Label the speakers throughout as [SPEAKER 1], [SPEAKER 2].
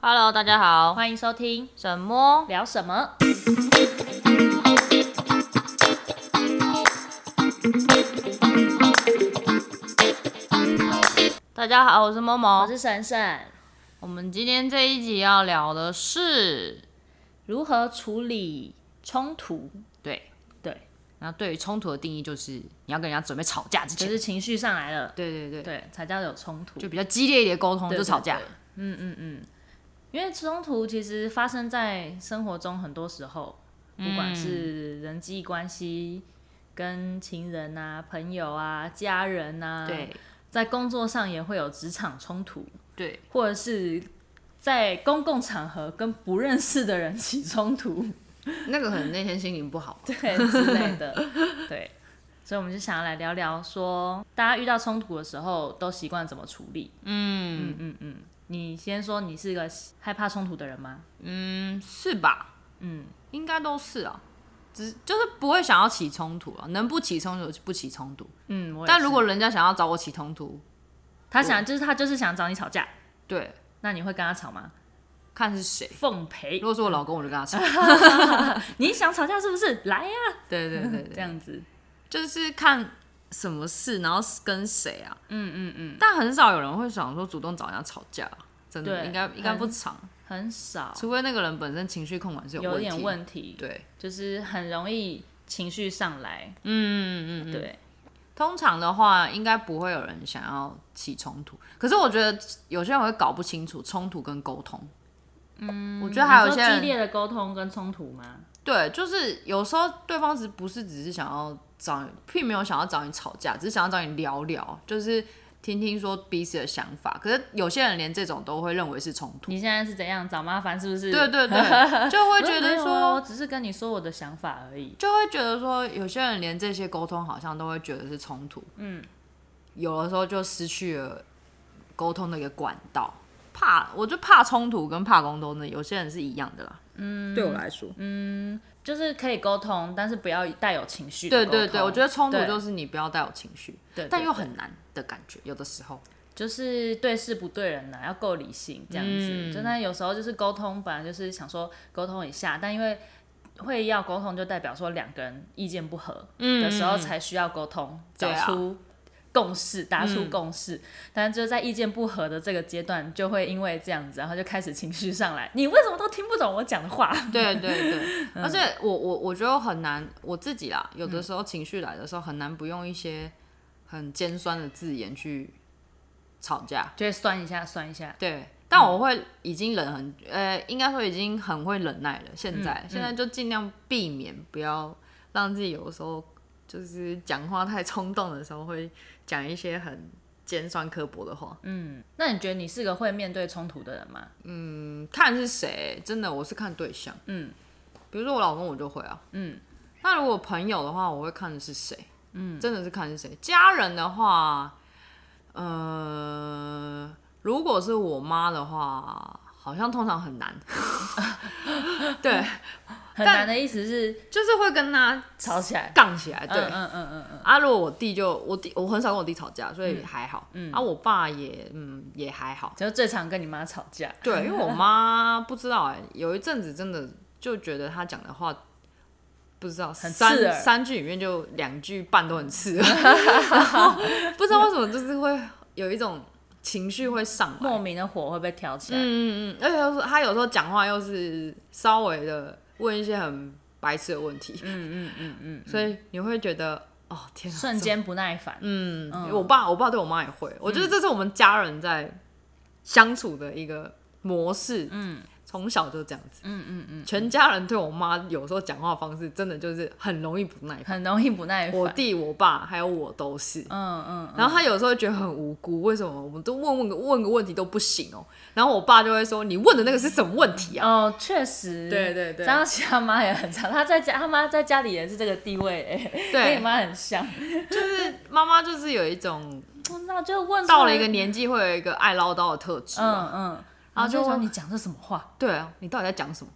[SPEAKER 1] Hello，大家好，
[SPEAKER 2] 欢迎收听
[SPEAKER 1] 什么？
[SPEAKER 2] 聊什么？
[SPEAKER 1] 大家好，我是某
[SPEAKER 2] 我
[SPEAKER 1] 某。
[SPEAKER 2] 是神神。
[SPEAKER 1] 我们今天这一集要聊的是，
[SPEAKER 2] 如何处理冲突？
[SPEAKER 1] 对，
[SPEAKER 2] 对，
[SPEAKER 1] 那对于冲突的定义就是你要跟人家准备吵架之
[SPEAKER 2] 就
[SPEAKER 1] 前，
[SPEAKER 2] 是情绪上来了，
[SPEAKER 1] 对对对，
[SPEAKER 2] 对，才叫有冲突。
[SPEAKER 1] 就比较激烈一点的沟通
[SPEAKER 2] 对
[SPEAKER 1] 就吵架
[SPEAKER 2] 对，嗯嗯嗯，因为冲突其实发生在生活中很多时候，
[SPEAKER 1] 嗯
[SPEAKER 2] 不管是人际关系、跟情人啊、朋友啊、家人啊，，
[SPEAKER 1] 对
[SPEAKER 2] 在工作上也会有职场冲突，
[SPEAKER 1] 对
[SPEAKER 2] 或者是在公共场合跟不认识的人起冲突。
[SPEAKER 1] 那个可能那天心情不好，
[SPEAKER 2] 对之类 的，对，所以我们就想要来聊聊说，大家遇到冲突的时候都习惯怎么处理。
[SPEAKER 1] 嗯
[SPEAKER 2] 嗯嗯嗯，你先说，你是个害怕冲突的人吗？
[SPEAKER 1] 嗯，是吧？
[SPEAKER 2] 嗯，
[SPEAKER 1] 应该都是啊，只就是不会想要起冲突啊，能不起冲突就不起冲突。
[SPEAKER 2] 嗯，我也
[SPEAKER 1] 但
[SPEAKER 2] 是
[SPEAKER 1] 如果人家想要找我起冲突，
[SPEAKER 2] 他想就是他就是想找你吵架，
[SPEAKER 1] 对，
[SPEAKER 2] 那你会跟他吵吗？
[SPEAKER 1] 看是谁。
[SPEAKER 2] 奉陪
[SPEAKER 1] 如，果是我老公，我就跟 他吵。
[SPEAKER 2] 你想吵架是不是？来呀、
[SPEAKER 1] 对对对
[SPEAKER 2] 这
[SPEAKER 1] 对，
[SPEAKER 2] 样子。
[SPEAKER 1] 就是看什么事，然后是跟谁啊。
[SPEAKER 2] 嗯嗯嗯，
[SPEAKER 1] 但很少有人会想说主动找人家吵架，真的
[SPEAKER 2] 对
[SPEAKER 1] 应该应该不常，
[SPEAKER 2] 很少，
[SPEAKER 1] 除非那个人本身情绪控管是
[SPEAKER 2] 有
[SPEAKER 1] 问题。
[SPEAKER 2] 点问题，
[SPEAKER 1] 对，
[SPEAKER 2] 就是很容易情绪上来。
[SPEAKER 1] 嗯嗯嗯嗯。
[SPEAKER 2] 对，
[SPEAKER 1] 通常的话，应该不会有人想要起冲突。可是我觉得有些人会搞不清楚冲突跟沟通。嗯，我觉得还有一
[SPEAKER 2] 你
[SPEAKER 1] 些
[SPEAKER 2] 说激
[SPEAKER 1] 人
[SPEAKER 2] 烈的沟通跟冲突吗？
[SPEAKER 1] 对，就是有时候对方只不是只是想要找你，并没有想要找你吵架，只是想要找你聊聊，就是听听说彼此的想法。可是有些人连这种都会认为是冲突。
[SPEAKER 2] 你现在是怎样找麻烦？是不是？
[SPEAKER 1] 对对 对，就会觉
[SPEAKER 2] 没
[SPEAKER 1] 得
[SPEAKER 2] 有啊
[SPEAKER 1] 说，
[SPEAKER 2] 我只是跟你说我的想法而已。
[SPEAKER 1] 就会觉得说，有些人连这些沟通好像都会觉得是冲突。嗯，有的时候就失去了沟通的一个管道。怕，我就怕冲突跟怕沟通的，有些人是一样的啦。嗯，对我来说，
[SPEAKER 2] 就是可以沟通，但是不要带有情绪的
[SPEAKER 1] 对
[SPEAKER 2] 沟通。
[SPEAKER 1] 对对，我觉得冲突
[SPEAKER 2] 对
[SPEAKER 1] 就是你不要带有情绪，
[SPEAKER 2] 对对
[SPEAKER 1] 但又
[SPEAKER 2] 对
[SPEAKER 1] 很难的感觉，有的时候。
[SPEAKER 2] 就是对事不对人呐、要够理性这样子。
[SPEAKER 1] 嗯
[SPEAKER 2] 就那有时候就是沟通，本来就是想说沟通一下，但因为会要沟通，就代表说两个人意见不合的 时候才需要沟通，
[SPEAKER 1] 对
[SPEAKER 2] 找
[SPEAKER 1] 啊嗯
[SPEAKER 2] 出共识，达出共识。但就在意见不合的这个阶段，就会因为这样子，然后就开始情绪上来。你为什么都听不懂我讲的话？
[SPEAKER 1] 对对对，
[SPEAKER 2] 嗯
[SPEAKER 1] 而且我我我觉得很难，我自己啦，有的时候情绪来的时候很难不用一些很尖酸的字眼去吵架。
[SPEAKER 2] 就会酸一下，酸一下。
[SPEAKER 1] 对，但我会已经忍很，呃，应该说已经很会忍耐了。现在、
[SPEAKER 2] 嗯
[SPEAKER 1] 现在就尽量避免不要让自己有时候就是讲话太冲动的时候会讲一些很尖酸刻薄的话。
[SPEAKER 2] 嗯，那你觉得你是个会面对冲突的人吗？
[SPEAKER 1] 嗯，看是谁，真的我是看对象。
[SPEAKER 2] 嗯，
[SPEAKER 1] 比如说我老公，我就会啊。
[SPEAKER 2] 嗯，
[SPEAKER 1] 那如果朋友的话，我会看的是谁。嗯，真的是看是谁。家人的话，呃，如果是我妈的话，好像通常很 难。对，
[SPEAKER 2] 很难的意思是
[SPEAKER 1] 就是会跟他
[SPEAKER 2] 吵起来。
[SPEAKER 1] 杠起来。对，
[SPEAKER 2] 嗯嗯嗯嗯嗯，
[SPEAKER 1] 啊，如果我弟就我弟，我很少跟我弟吵架，所以还好。嗯，啊，我爸也嗯也还好。
[SPEAKER 2] 就是最常跟你妈吵架。
[SPEAKER 1] 对，因为 我妈不知道哎、有一阵子真的就觉得她讲的话，不知道
[SPEAKER 2] 很
[SPEAKER 1] 三
[SPEAKER 2] 刺耳
[SPEAKER 1] 三句里面就两句半都很 刺耳，然后不知道为什么就是会有一种情绪会上 来。
[SPEAKER 2] 莫名的火会被挑起来。
[SPEAKER 1] 嗯嗯嗯，而且她说她有时候讲话又是稍微的问一些很白痴的问题，
[SPEAKER 2] 嗯嗯嗯嗯，
[SPEAKER 1] 所以你会觉得哦天啊，
[SPEAKER 2] 瞬间不耐烦。嗯，
[SPEAKER 1] 嗯，我爸我爸对我妈也会，我觉得这是我们家人在相处的一个模式，嗯，从小就这样子，嗯嗯嗯，全家人对我妈有时候讲话方式真的就是很容易不耐烦，
[SPEAKER 2] 很容易不耐烦。
[SPEAKER 1] 我弟、我爸还有我都是。
[SPEAKER 2] 嗯嗯，
[SPEAKER 1] 然后他有时候会觉得很无辜，为什么我们都问问个问个问题都不行哦、然后我爸就会说：“你问的那个是什么问题啊
[SPEAKER 2] 哦，确实。
[SPEAKER 1] 对对对
[SPEAKER 2] 张琪他妈也很常，他在家他妈在家里也是这个地 位、欸，？”跟
[SPEAKER 1] 对
[SPEAKER 2] 你，妈很像。
[SPEAKER 1] 就是妈妈就是有一种
[SPEAKER 2] 不知道就问出来
[SPEAKER 1] 到了一个。年纪会有一个爱唠叨的特质、啊。
[SPEAKER 2] 嗯嗯，
[SPEAKER 1] 然后
[SPEAKER 2] 然后
[SPEAKER 1] 就
[SPEAKER 2] 就哦
[SPEAKER 1] 说
[SPEAKER 2] 说你讲这什么话？
[SPEAKER 1] 对啊，你到底在讲什么？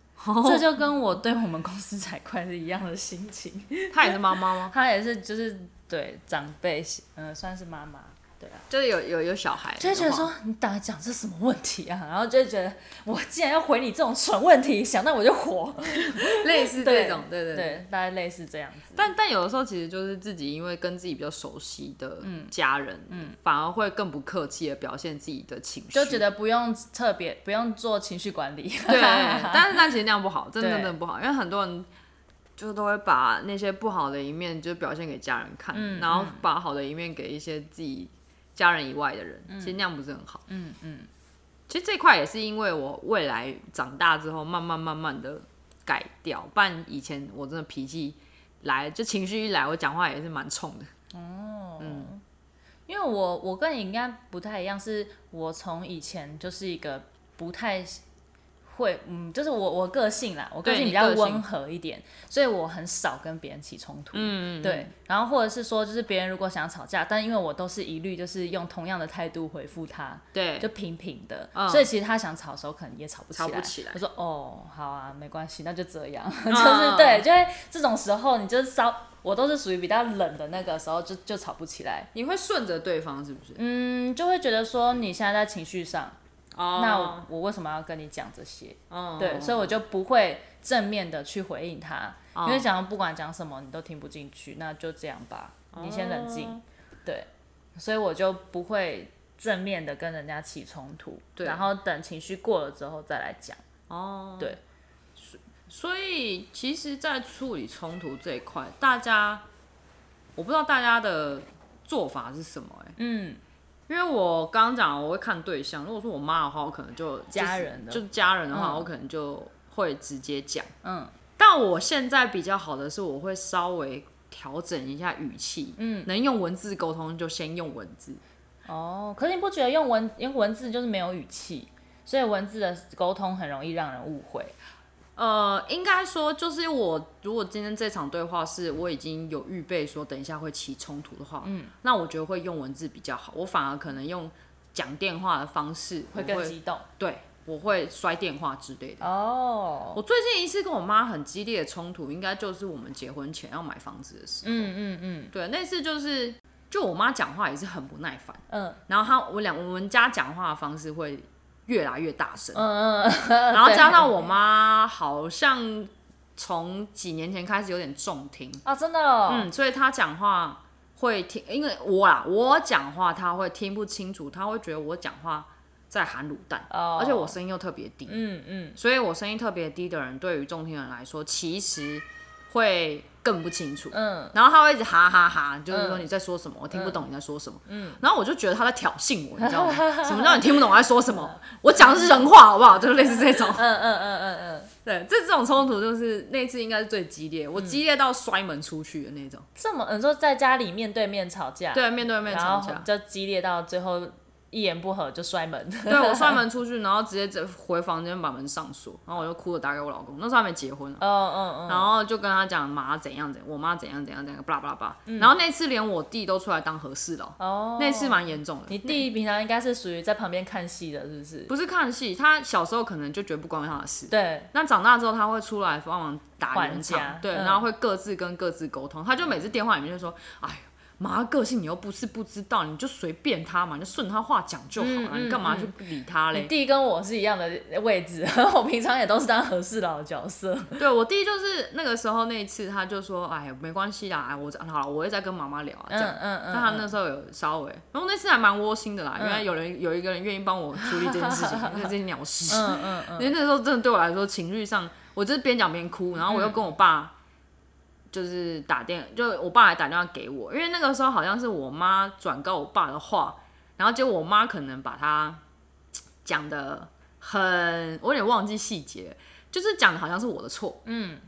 [SPEAKER 2] 这就跟我对我们公司财会是一样的心情。
[SPEAKER 1] 她也是妈妈吗？
[SPEAKER 2] 呃她也是就是对长辈，嗯、算是妈妈，对啊，
[SPEAKER 1] 就是有有有小孩的话，
[SPEAKER 2] 就会觉得说你打来讲这什么问题啊，然后就会觉得我既然要回你这种蠢问题，想到我就火，
[SPEAKER 1] 类似
[SPEAKER 2] 对
[SPEAKER 1] 这种，对对
[SPEAKER 2] 对，大概类似这样子。
[SPEAKER 1] 但但有的时候其实就是自己，因为跟自己比较熟悉的家人，嗯，反而会更不客气的表现自己的情绪，
[SPEAKER 2] 就觉得不用特别不用做情绪管 理，
[SPEAKER 1] 对。但是但其实那样不好，真的
[SPEAKER 2] 对
[SPEAKER 1] 真的不好，因为很多人就都会把那些不好的一面就表现给家人看，
[SPEAKER 2] 嗯
[SPEAKER 1] 然后把好的一面给一些自己家人以外的人，其实那样不是很好。
[SPEAKER 2] 嗯嗯，
[SPEAKER 1] 其实这块也是因为我未来长大之后，慢慢慢慢的改掉，不然以前我真的脾气来，就情绪一来，我讲话也是蛮冲的。
[SPEAKER 2] 因为我我跟你应该不太一样，是我从以前就是一个不太会，嗯，就是我我个性啦，我个
[SPEAKER 1] 对
[SPEAKER 2] 性
[SPEAKER 1] 你
[SPEAKER 2] 比较
[SPEAKER 1] 个性
[SPEAKER 2] 温和一点，所以我很少跟别人起冲突。
[SPEAKER 1] 嗯，
[SPEAKER 2] 对，然后或者是说，就是别人如果想吵架，但因为我都是一律就是用同样的态度回复他，
[SPEAKER 1] 对，
[SPEAKER 2] 就平平的，
[SPEAKER 1] 嗯
[SPEAKER 2] 所以其实他想吵的时候可能也吵不起来。
[SPEAKER 1] 吵不起来
[SPEAKER 2] 我说哦，好啊，没关系，那就这样， 就
[SPEAKER 1] 嗯
[SPEAKER 2] 是对，就会这种时候，你就是稍，我都是属于比较冷的那个时候就，就吵不起来。
[SPEAKER 1] 你会顺着对方是不是？
[SPEAKER 2] 嗯，就会觉得说你现在在情绪上，
[SPEAKER 1] 哦
[SPEAKER 2] 那我我为什么要跟你讲这些？
[SPEAKER 1] 嗯
[SPEAKER 2] 对，所以我就不会正面的去回应他，
[SPEAKER 1] 哦
[SPEAKER 2] 因为讲不管讲什么你都听不进去，那就这样吧，
[SPEAKER 1] 哦
[SPEAKER 2] 你先冷静。对，所以我就不会正面的跟人家起冲突，
[SPEAKER 1] 对
[SPEAKER 2] 然后等情绪过了之后再来讲。
[SPEAKER 1] 哦，
[SPEAKER 2] 对
[SPEAKER 1] 所以其实，在处理冲突这一块，大家我不知道大家的做法是什么、欸，
[SPEAKER 2] 嗯，
[SPEAKER 1] 因为我刚刚讲我会看对象，如果说我妈的话，我可能就
[SPEAKER 2] 家人的
[SPEAKER 1] 就是就家人的话，
[SPEAKER 2] 嗯
[SPEAKER 1] 我可能就会直接讲。
[SPEAKER 2] 嗯，
[SPEAKER 1] 但我现在比较好的是，我会稍微调整一下语气，
[SPEAKER 2] 嗯，
[SPEAKER 1] 能用文字沟通就先用文字，
[SPEAKER 2] 哦，可是你不觉得用文用文字就是没有语气，所以文字的沟通很容易让人误会。
[SPEAKER 1] 呃，应该说就是我，如果今天这场对话是我已经有预备说等一下会起冲突的话，嗯，那我觉得会用文字比较好。我反而可能用讲电话的方式我
[SPEAKER 2] 会更激动
[SPEAKER 1] 对，我会摔电话之类的。
[SPEAKER 2] 哦，
[SPEAKER 1] 我最近一次跟我妈很激烈的冲突，应该就是我们结婚前要买房子的事。
[SPEAKER 2] 嗯嗯嗯
[SPEAKER 1] 对，那次就是就我妈讲话也是很不耐烦，
[SPEAKER 2] 嗯
[SPEAKER 1] 然后她我俩我们家讲话的方式会越来越大声，
[SPEAKER 2] 嗯嗯，
[SPEAKER 1] 然后加上我妈好像从几年前开始有点重听，
[SPEAKER 2] 啊，真的哦、
[SPEAKER 1] 嗯，所以她讲话会听，因为我啦，我讲话她会听不清楚，她会觉得我讲话在含卤蛋，
[SPEAKER 2] 哦
[SPEAKER 1] 而且我声音又特别低，
[SPEAKER 2] 嗯嗯
[SPEAKER 1] 所以我声音特别低的人，对于重听人来说，其实会更不清楚。
[SPEAKER 2] 嗯，
[SPEAKER 1] 然后他会一直哈哈哈，就是说
[SPEAKER 2] 嗯
[SPEAKER 1] 你在说什么，我听不懂你在说什么。
[SPEAKER 2] 嗯
[SPEAKER 1] 然后我就觉得他在挑衅我，你知 道吗？什么叫你听不懂我在说什么？我讲的是人话，好不好？就是类似这种。
[SPEAKER 2] 嗯嗯嗯嗯嗯，
[SPEAKER 1] 对，这这种冲突就是那次应该是最激烈，我激烈到摔门出去的那种。
[SPEAKER 2] 这么嗯你说在家里面对面吵架，
[SPEAKER 1] 对，面对面吵
[SPEAKER 2] 然后
[SPEAKER 1] 架。
[SPEAKER 2] 就激烈到最后一言不合就摔门。
[SPEAKER 1] 对我摔门出去，然后直接直回房间把门上锁，然后我就哭着打给我老公，那时候还没结婚啊。
[SPEAKER 2] 哦哦哦，
[SPEAKER 1] 然后就跟他讲妈怎样怎样，我妈怎样怎样怎样，巴拉巴拉巴拉。然后那次连我弟都出来当和事佬，
[SPEAKER 2] 嗯哦，
[SPEAKER 1] 那次蛮严重的。
[SPEAKER 2] 你弟平常应该是属于在旁边看戏的，是不是？
[SPEAKER 1] 不是看戏，他小时候可能就觉得不关他的事。
[SPEAKER 2] 对，
[SPEAKER 1] 那长大之后，他会出来帮忙打
[SPEAKER 2] 管
[SPEAKER 1] 圆
[SPEAKER 2] 家
[SPEAKER 1] 场，对，
[SPEAKER 2] 嗯
[SPEAKER 1] 然后会各自跟各自沟通。他就每次电话里面就说：“哎呦，妈个性你又不是不知道，你就随便他嘛，你就顺他话讲就好了，
[SPEAKER 2] 嗯
[SPEAKER 1] 你干嘛去理他
[SPEAKER 2] 你
[SPEAKER 1] 嘞
[SPEAKER 2] 弟跟我是一样的位置， 我平常也都是当和事佬的角色。？”
[SPEAKER 1] 对我弟就是那个时候那一次，他就说：“哎呀，没关系啦，哎，我好了，我会再跟妈妈聊啊。”这
[SPEAKER 2] 嗯
[SPEAKER 1] 样，
[SPEAKER 2] 嗯嗯，
[SPEAKER 1] 但他那时候有稍微，然后那次还蛮窝心的啦，原来有人有一个人愿意帮我处理这件事 情，那这件鸟事。
[SPEAKER 2] 嗯嗯
[SPEAKER 1] 因
[SPEAKER 2] 嗯，
[SPEAKER 1] 为那时候真的对我来说，情绪上我就是边讲边哭，然后我又跟我爸就是打电，就我爸还打电话给我，因为那个时候好像是我妈转告我爸的话，然后结果我妈可能把他讲的很，我有点忘记细节，就是讲的好像是我的错，
[SPEAKER 2] 嗯，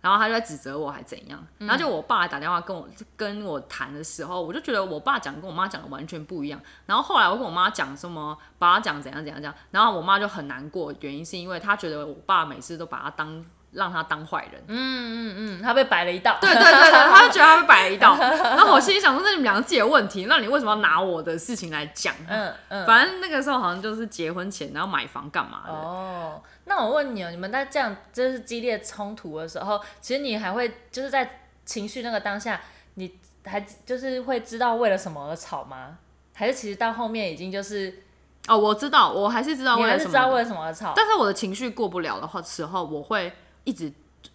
[SPEAKER 1] 然后他就在指责我还怎样，然后就我爸打电话跟我跟我谈的时候，我就觉得我爸讲跟我妈讲的完全不一样。然后后来我跟我妈讲什么，把他讲怎样怎样怎样，然后我妈就很难过，原因是因为她觉得我爸每次都把他当让他当坏人。
[SPEAKER 2] 嗯嗯嗯，他被摆了一道。
[SPEAKER 1] 对对对对，他就觉得他被摆了一 道。然后我心里想说，那你们两个自己的问题，那你为什么要拿我的事情来讲？
[SPEAKER 2] 嗯嗯。
[SPEAKER 1] 反正那个时候好像就是结婚前，然后买房干嘛的。
[SPEAKER 2] 哦，那我问你哦，你们在这样就是激烈冲突的时候，其实你还会就是在情绪那个当下，你还就是会知道为了什么而吵吗？还是其实到后面已经就是
[SPEAKER 1] 哦，我知道，我还是知道
[SPEAKER 2] 你
[SPEAKER 1] 为
[SPEAKER 2] 还
[SPEAKER 1] 了
[SPEAKER 2] 是
[SPEAKER 1] 什
[SPEAKER 2] 知道
[SPEAKER 1] 么，
[SPEAKER 2] 为了什么而吵，
[SPEAKER 1] 但是我的情绪过不了的话时候，我会一直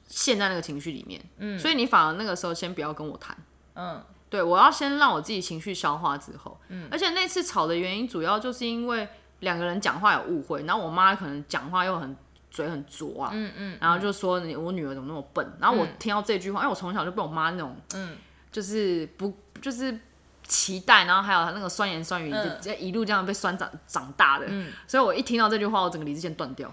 [SPEAKER 1] 陷在那个情绪里面。嗯，所以你反而那个时候先不要跟我谈。
[SPEAKER 2] 嗯，
[SPEAKER 1] 对，我要先让我自己情绪消化之后，嗯，而且那次吵的原因主要就是因为两个人讲话有误会，然后我妈可能讲话又很嘴很拙啊，嗯嗯，然后就说你我女儿怎么那么笨，然后我听到这句话，因为哎我从小就被我妈那种，嗯，就是不就是期待，然后还有她那个酸言酸语，就
[SPEAKER 2] 嗯
[SPEAKER 1] 就一路这样被酸长长大的，所以我一听到这句话，我整个理智线断掉，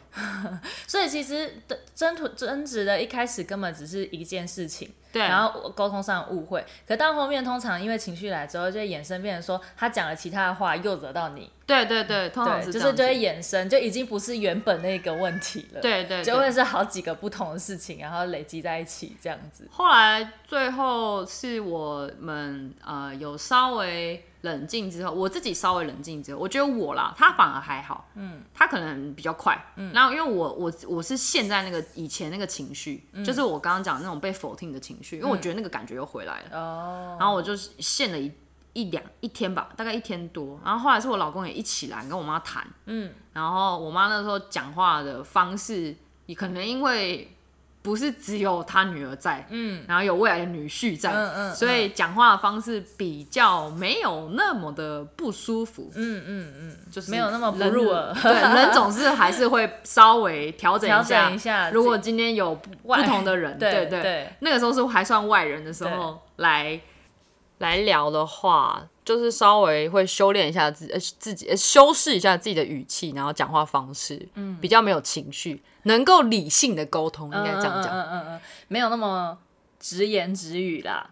[SPEAKER 2] 所以其实的争途争执的一开始根本只是一件事情，
[SPEAKER 1] 对，
[SPEAKER 2] 然后沟通上的误会，可到后面通常因为情绪来之后，就会衍生变成说他讲了其他的话又惹到你，
[SPEAKER 1] 对对对，通常
[SPEAKER 2] 对，
[SPEAKER 1] 是
[SPEAKER 2] 就
[SPEAKER 1] 这
[SPEAKER 2] 哦是
[SPEAKER 1] 样
[SPEAKER 2] 就会
[SPEAKER 1] 子，
[SPEAKER 2] 衍生，就已经不是原本那个问题了，，
[SPEAKER 1] 对对，
[SPEAKER 2] 就
[SPEAKER 1] 对
[SPEAKER 2] 会是好几个不同的事情，然后累积在一起这样子，
[SPEAKER 1] 后来最后是我们呃有稍微冷静之后，我自己稍微冷静之后，我觉得我啦，他反而还好，嗯，他可能比较快，嗯，然后因为我我我是陷在那个以前那个情绪，
[SPEAKER 2] 嗯
[SPEAKER 1] 就是我刚刚讲的那种被否定的情绪，因为我觉得那个感觉又回来了，
[SPEAKER 2] 哦，
[SPEAKER 1] 然后我就陷了一一两一天吧，大概一天多。然后后来是我老公也一起来跟我妈谈，
[SPEAKER 2] 嗯，
[SPEAKER 1] 然后我妈那时候讲话的方式，也可能因为不是只有她女儿在，
[SPEAKER 2] 嗯，
[SPEAKER 1] 然后有未来的女婿在，
[SPEAKER 2] 嗯嗯嗯
[SPEAKER 1] 所以讲话的方式比较没有那么的不舒服，
[SPEAKER 2] 嗯嗯嗯，
[SPEAKER 1] 就是
[SPEAKER 2] 没有那么不 入耳
[SPEAKER 1] 人对，人总是还是会稍微调整
[SPEAKER 2] 调
[SPEAKER 1] 一下
[SPEAKER 2] 整一。下，
[SPEAKER 1] 如果今天有不不
[SPEAKER 2] 外
[SPEAKER 1] 同的人，
[SPEAKER 2] 对
[SPEAKER 1] 对
[SPEAKER 2] 对
[SPEAKER 1] 那个时候是还算外人的时候来来聊的话，就是稍微会修炼一下自呃自己、呃修饰一下自己的语气，然后讲话方式，嗯，比较没有情绪，能够理性的沟通，应该这样讲。
[SPEAKER 2] 嗯嗯嗯嗯嗯，没有那么直言直语啦，